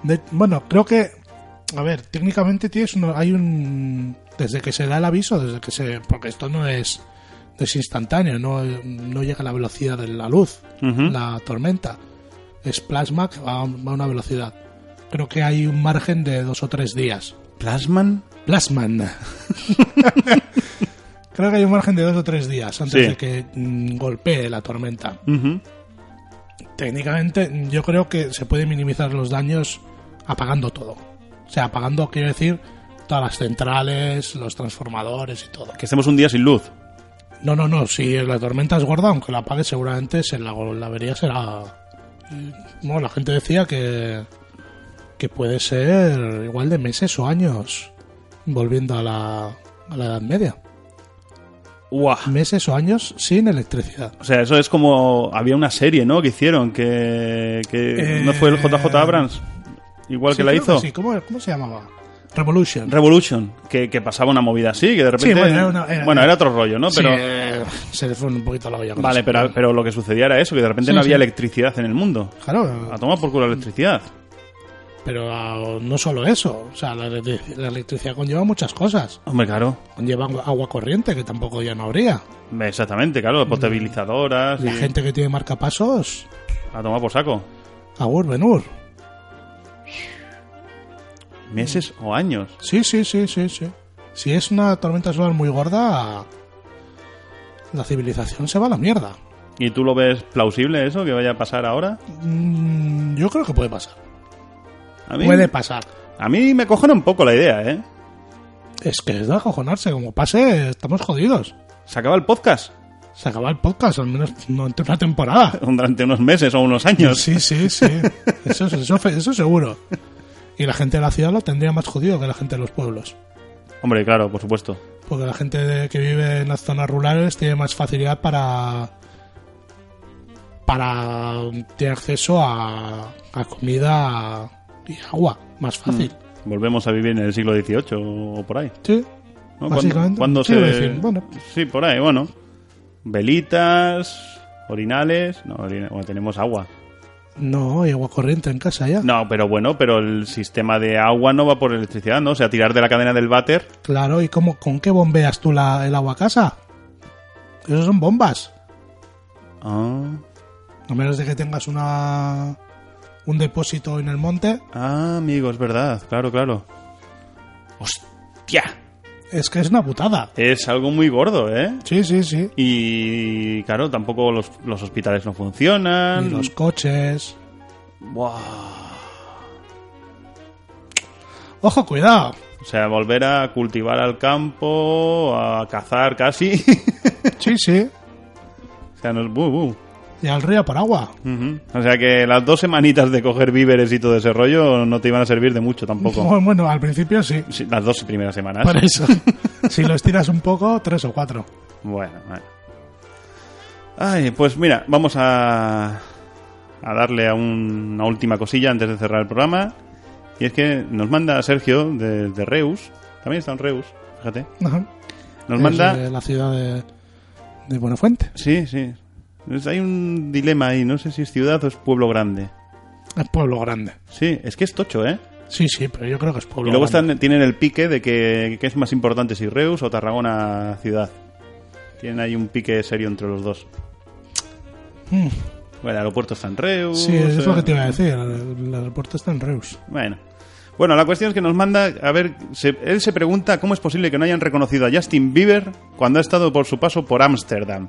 Speaker 7: De- bueno, creo que. A ver, técnicamente tienes uno- hay un. Desde que se da el aviso, desde que se. Porque esto no es. Es instantáneo, no, no llega a la velocidad de la luz,
Speaker 6: Ujú.
Speaker 7: la tormenta. Es plasma que va, a- va a una velocidad. Creo que hay un margen de dos o tres días.
Speaker 6: ¿Plasman?
Speaker 7: Plasman. Creo que hay un margen de dos o tres días antes
Speaker 6: Sí.
Speaker 7: de que mm, golpee la tormenta
Speaker 6: Ujú.
Speaker 7: técnicamente yo creo que se puede minimizar los daños apagando todo. O sea, apagando quiero decir todas las centrales, los transformadores y todo.
Speaker 6: Que estemos un día sin luz.
Speaker 7: No, no, no, si la tormenta es gorda, aunque la apague seguramente se la, la avería será... Bueno, la gente decía que, que puede ser igual de meses o años volviendo a la, a la Edad Media.
Speaker 6: Buah.
Speaker 7: Meses o años sin electricidad.
Speaker 6: O sea, eso es como... Había una serie, ¿no? Que hicieron que... que
Speaker 7: Eh,
Speaker 6: ¿No fue el JJ Abrams? Igual
Speaker 7: Sí,
Speaker 6: que la
Speaker 7: creo
Speaker 6: hizo.
Speaker 7: sí. ¿Cómo, ¿Cómo se llamaba? Revolution.
Speaker 6: Revolution, que, que pasaba una movida así, que de repente.
Speaker 7: Sí, bueno, era una- era-
Speaker 6: bueno, era otro rollo, ¿no?
Speaker 7: Sí,
Speaker 6: Pero,
Speaker 7: eh, se le fue un poquito la olla. con
Speaker 6: vale,
Speaker 7: eso.
Speaker 6: pero, pero lo que sucedía era eso, que de repente
Speaker 7: Sí,
Speaker 6: no había
Speaker 7: sí.
Speaker 6: electricidad en el mundo.
Speaker 7: Claro,
Speaker 6: A tomar por culo la electricidad.
Speaker 7: pero ah, no solo eso. O sea, la, electric- la electricidad conlleva muchas cosas.
Speaker 6: Hombre, claro.
Speaker 7: Conlleva agu- agua corriente, que tampoco ya no habría.
Speaker 6: Exactamente,
Speaker 7: Mm.
Speaker 6: claro. Potabilizadoras.
Speaker 7: La
Speaker 6: y-
Speaker 7: gente que tiene marcapasos,
Speaker 6: A tomar por saco.
Speaker 7: agur, benur.
Speaker 6: Meses
Speaker 7: Mm.
Speaker 6: o años.
Speaker 7: Sí, sí, sí, sí, sí. Si es una tormenta solar muy gorda, la civilización se va a la mierda.
Speaker 6: ¿Y tú lo ves plausible eso que vaya a pasar ahora?
Speaker 7: Mm, yo creo que puede pasar.
Speaker 6: A mí,
Speaker 7: Puede pasar.
Speaker 6: a mí me cojona un poco la idea, ¿eh?
Speaker 7: Es que es de acojonarse. Como pase, estamos jodidos.
Speaker 6: Se acaba el podcast
Speaker 7: Se acaba el podcast, al menos durante una temporada.
Speaker 6: durante unos meses o unos años.
Speaker 7: Sí, sí, sí. Eso, eso, eso seguro. Y la gente de la ciudad lo tendría más jodido que la gente de los pueblos.
Speaker 6: Hombre, claro, por supuesto.
Speaker 7: Porque la gente de- que vive en las zonas rurales tiene más facilidad para. para. tener acceso a, a comida y agua. Más fácil.
Speaker 6: Mm. Volvemos a vivir en el siglo XVIII o por ahí.
Speaker 7: Sí.
Speaker 6: ¿no?
Speaker 7: Básicamente,
Speaker 6: Cuando, cuando
Speaker 7: sí,
Speaker 6: se...
Speaker 7: iba a decir, bueno.
Speaker 6: Sí, por ahí, bueno. Velitas, orinales... No, orina- bueno, tenemos agua.
Speaker 7: No, hay agua corriente en casa ya.
Speaker 6: No, pero bueno, pero el sistema de agua no va por electricidad, ¿no? O sea, tirar de la cadena del váter...
Speaker 7: Claro, ¿y cómo, con qué bombeas tú la- el agua a casa? Eso son bombas.
Speaker 6: Ah,
Speaker 7: A menos de que tengas una un depósito en el monte,
Speaker 6: ah, amigo, es verdad. Claro, claro. ¡Hostia!
Speaker 7: es que es una putada.
Speaker 6: Es algo muy gordo, ¿eh?
Speaker 7: Sí, sí, sí.
Speaker 6: Y claro, tampoco los, los hospitales no
Speaker 7: Y
Speaker 6: funcionan.
Speaker 7: los coches.
Speaker 6: Buah.
Speaker 7: Ojo, cuidado.
Speaker 6: O sea, volver a cultivar al campo, a cazar casi.
Speaker 7: Sí, sí.
Speaker 6: o sea, no es- uh, buh, buh.
Speaker 7: Y al río por agua.
Speaker 6: Ujú. O sea que las dos semanitas de coger víveres y todo ese rollo no te iban a servir de mucho tampoco.
Speaker 7: Bueno, bueno, al principio sí.
Speaker 6: Sí, las dos primeras semanas.
Speaker 7: Por eso. si lo estiras un poco, tres o cuatro.
Speaker 6: Bueno, bueno. Ay, pues mira, vamos a, a darle a un- una última cosilla antes de cerrar el programa. Y es que nos manda Sergio de, de Reus. También está en Reus, fíjate.
Speaker 7: Ajá.
Speaker 6: Nos
Speaker 7: Es
Speaker 6: manda.
Speaker 7: de la ciudad de, de Buenafuente.
Speaker 6: Sí, sí. Es- Hay un dilema ahí. No sé si es ciudad o es pueblo grande.
Speaker 7: Es pueblo grande.
Speaker 6: Sí, es que es tocho, ¿eh?
Speaker 7: Sí, sí, pero yo creo que es
Speaker 6: Y
Speaker 7: pueblo
Speaker 6: luego
Speaker 7: grande.
Speaker 6: están, tienen el pique de que, que es más importante si Reus o Tarragona ciudad. Tienen ahí un pique serio entre los dos.
Speaker 7: Mm.
Speaker 6: Bueno, el aeropuerto está en Reus.
Speaker 7: Sí, es lo que te
Speaker 6: eh,
Speaker 7: iba a decir. El, el aeropuerto está en Reus.
Speaker 6: Bueno. Bueno, la cuestión es que nos manda, a ver, se- él se pregunta cómo es posible que no hayan reconocido a Justin Bieber cuando ha estado por su paso por Ámsterdam.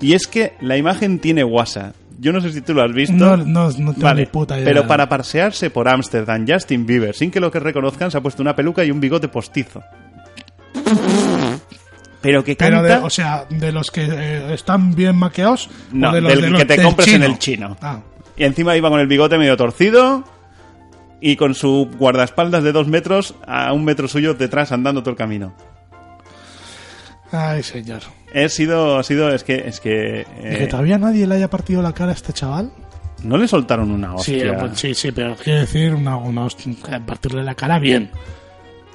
Speaker 6: Y es que la imagen tiene guasa. Yo no sé si tú lo has visto.
Speaker 7: No, no, no tengo ni puta idea.
Speaker 6: Pero para parsearse por Ámsterdam, Justin Bieber, sin que lo que reconozcan, se ha puesto una peluca y un bigote postizo. Pero que canta...
Speaker 7: Pero de, o sea, de los que eh, están bien maqueados.
Speaker 6: No,
Speaker 7: o de los,
Speaker 6: del
Speaker 7: de los-
Speaker 6: que te
Speaker 7: del
Speaker 6: compres en
Speaker 7: chino.
Speaker 6: el chino.
Speaker 7: Ah,
Speaker 6: Y encima iba con el bigote medio torcido y con su guardaespaldas de dos metros a un metro suyo detrás andando todo el camino.
Speaker 7: ay, señor.
Speaker 6: He sido, ha sido, es que, es que,
Speaker 7: ¿Y que
Speaker 6: eh,
Speaker 7: todavía nadie le haya partido la cara a este chaval?
Speaker 6: no le soltaron una
Speaker 7: Sí,
Speaker 6: hostia.
Speaker 7: pues sí, sí, pero quiero decir, una, una host- partirle la cara bien.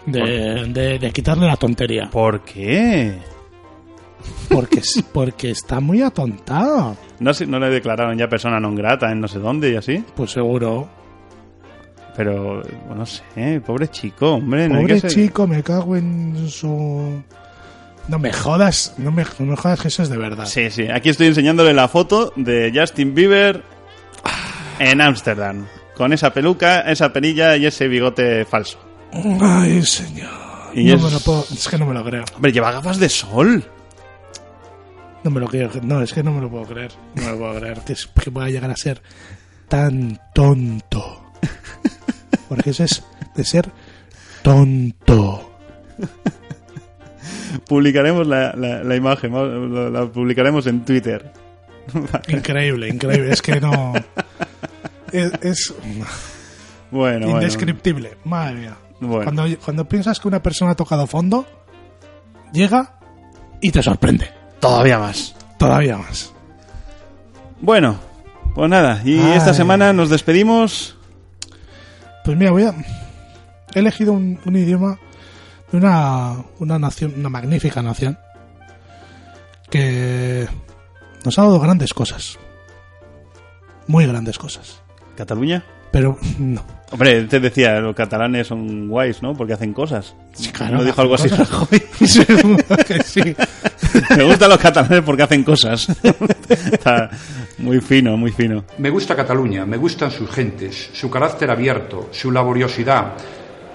Speaker 7: De, de- de quitarle la tontería.
Speaker 6: ¿Por qué?
Speaker 7: Porque, es- porque está muy atontado.
Speaker 6: No, sé, no le declararon ya persona non grata en no sé dónde y así.
Speaker 7: Pues seguro.
Speaker 6: Pero, eh, no sé, pobre chico, hombre. no hay que
Speaker 7: Pobre
Speaker 6: ser-
Speaker 7: chico, me cago en su. No me jodas, no me, no me jodas que eso es de verdad.
Speaker 6: Sí, sí. Aquí estoy enseñándole la foto de Justin Bieber en Ámsterdam. Con esa peluca, esa perilla y ese bigote falso.
Speaker 7: Ay, señor.
Speaker 6: Y
Speaker 7: no
Speaker 6: es-
Speaker 7: me lo puedo- es que no me lo creo.
Speaker 6: Hombre, lleva gafas de sol.
Speaker 7: No me lo creo. No, es que no me lo puedo creer. No me lo puedo creer que, es- que pueda llegar a ser tan tonto. Porque eso es de ser tonto.
Speaker 6: Publicaremos la, la- la imagen, ¿no? la, la publicaremos en Twitter.
Speaker 7: Increíble, increíble. Es que no. Es, es
Speaker 6: Bueno, bueno.
Speaker 7: indescriptible. Madre mía.
Speaker 6: Bueno.
Speaker 7: Cuando, cuando piensas que una persona ha tocado fondo, llega y te sorprende. Todavía más. Todavía más.
Speaker 6: Bueno, pues nada. Y
Speaker 7: Ay.
Speaker 6: esta semana nos despedimos.
Speaker 7: Pues mira, voy a. he elegido un, un idioma de una, una nación, una magnífica nación que nos ha dado grandes cosas. Muy grandes cosas.
Speaker 6: ¿Cataluña?
Speaker 7: Pero no.
Speaker 6: Hombre, te decía, los catalanes son guays, ¿no? Porque hacen cosas.
Speaker 7: claro,
Speaker 6: no dijo algo así
Speaker 7: hacen
Speaker 6: Rajoy.
Speaker 7: Seguro que sí.
Speaker 6: Me gustan los catalanes porque hacen cosas. Está muy fino, muy fino.
Speaker 12: Me gusta Cataluña, me gustan sus gentes, su carácter abierto, su laboriosidad.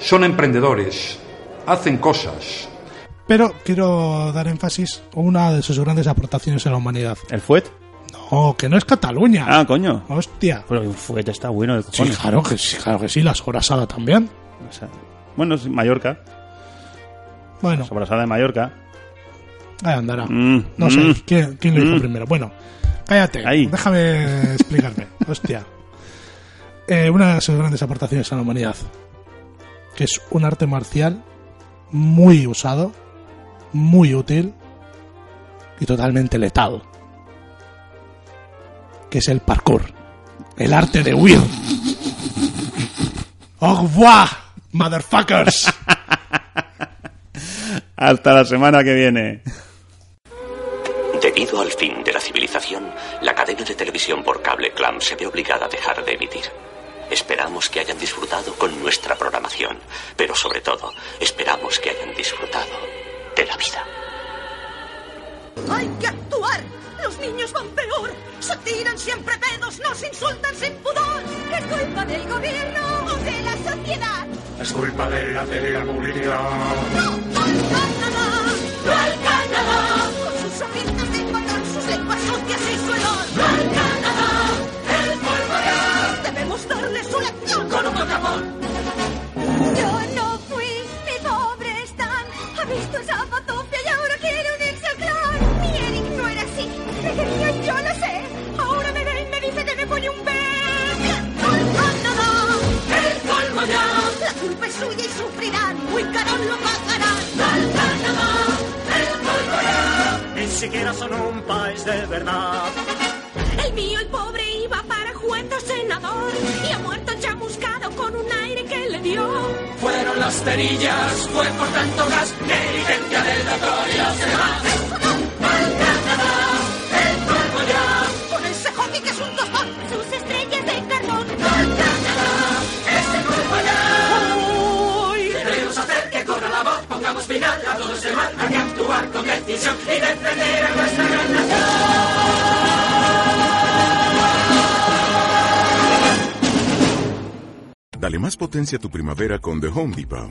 Speaker 12: Son emprendedores, hacen cosas.
Speaker 7: Pero quiero dar énfasis a una de sus grandes aportaciones a la humanidad.
Speaker 6: ¿El fuet?
Speaker 7: No, que no es Cataluña.
Speaker 6: Ah, coño.
Speaker 7: Hostia.
Speaker 6: Pero un fuet está bueno de
Speaker 7: Sí,
Speaker 6: cojones.
Speaker 7: claro que sí, claro que sí, la sobrasada también.
Speaker 6: O sea, bueno, es Mallorca.
Speaker 7: Bueno,
Speaker 6: Sobrasada de Mallorca.
Speaker 7: ahí Ah, andará.
Speaker 6: Mm,
Speaker 7: No sé,
Speaker 6: mm.
Speaker 7: ¿quién, quién lo dijo
Speaker 6: Mm.
Speaker 7: primero? Bueno, cállate,
Speaker 6: Ahí.
Speaker 7: déjame explicarme. Hostia. Eh, una de sus grandes aportaciones a la humanidad, que es un arte marcial muy usado, muy útil y totalmente letal, que es el parkour, el arte de huir. ¡Au revoir, motherfuckers!
Speaker 6: Hasta la semana que viene.
Speaker 13: Debido al fin de la civilización, la cadena de televisión por cable Clam se ve obligada a dejar de emitir. Esperamos que hayan disfrutado con nuestra programación, pero sobre todo, esperamos que hayan disfrutado de la vida.
Speaker 14: Hay que actuar. Los niños van peor. Se tiran siempre pedos, nos insultan sin pudor. Es culpa del gobierno o de la sociedad.
Speaker 2: Es culpa de la
Speaker 14: ¡No al Canadá! Con sus ojitos de patán, sus lenguas sucias y su olor. ¡No al Canadá! ¡Él volverá! Debemos darle su lección con un tocapón. Yo no fui, mi pobre Stan. Ha visto esa patofia y ahora quiere unirse al clan. Mi Eric no era así. Me quería, yo lo sé. Ahora me ve y me dice que me pone un bebé. ¡Al Canadá! ¡El colmo ya! La culpa es suya y sufrirán. Muy caro lo pagarán. ¡Al Canadá! ¡El colmo ya!
Speaker 15: Ni siquiera son un país de verdad.
Speaker 14: El mío, el pobre, iba para juez de senador. Y ha muerto chamuscado con un aire que le dio.
Speaker 2: Fueron las perillas, fue por tanto gas, negligencia del doctor y los demás.
Speaker 14: Con ese hockey que es un tostón. Sus estrellas de carbón. ¡Ese grupo ya! ¡Uy!
Speaker 2: Queremos hacer que corra la voz, pongamos final a todo ese mal, hay que actuar con decisión y defender a nuestra gran
Speaker 16: Dale más potencia a tu primavera con The Home Depot.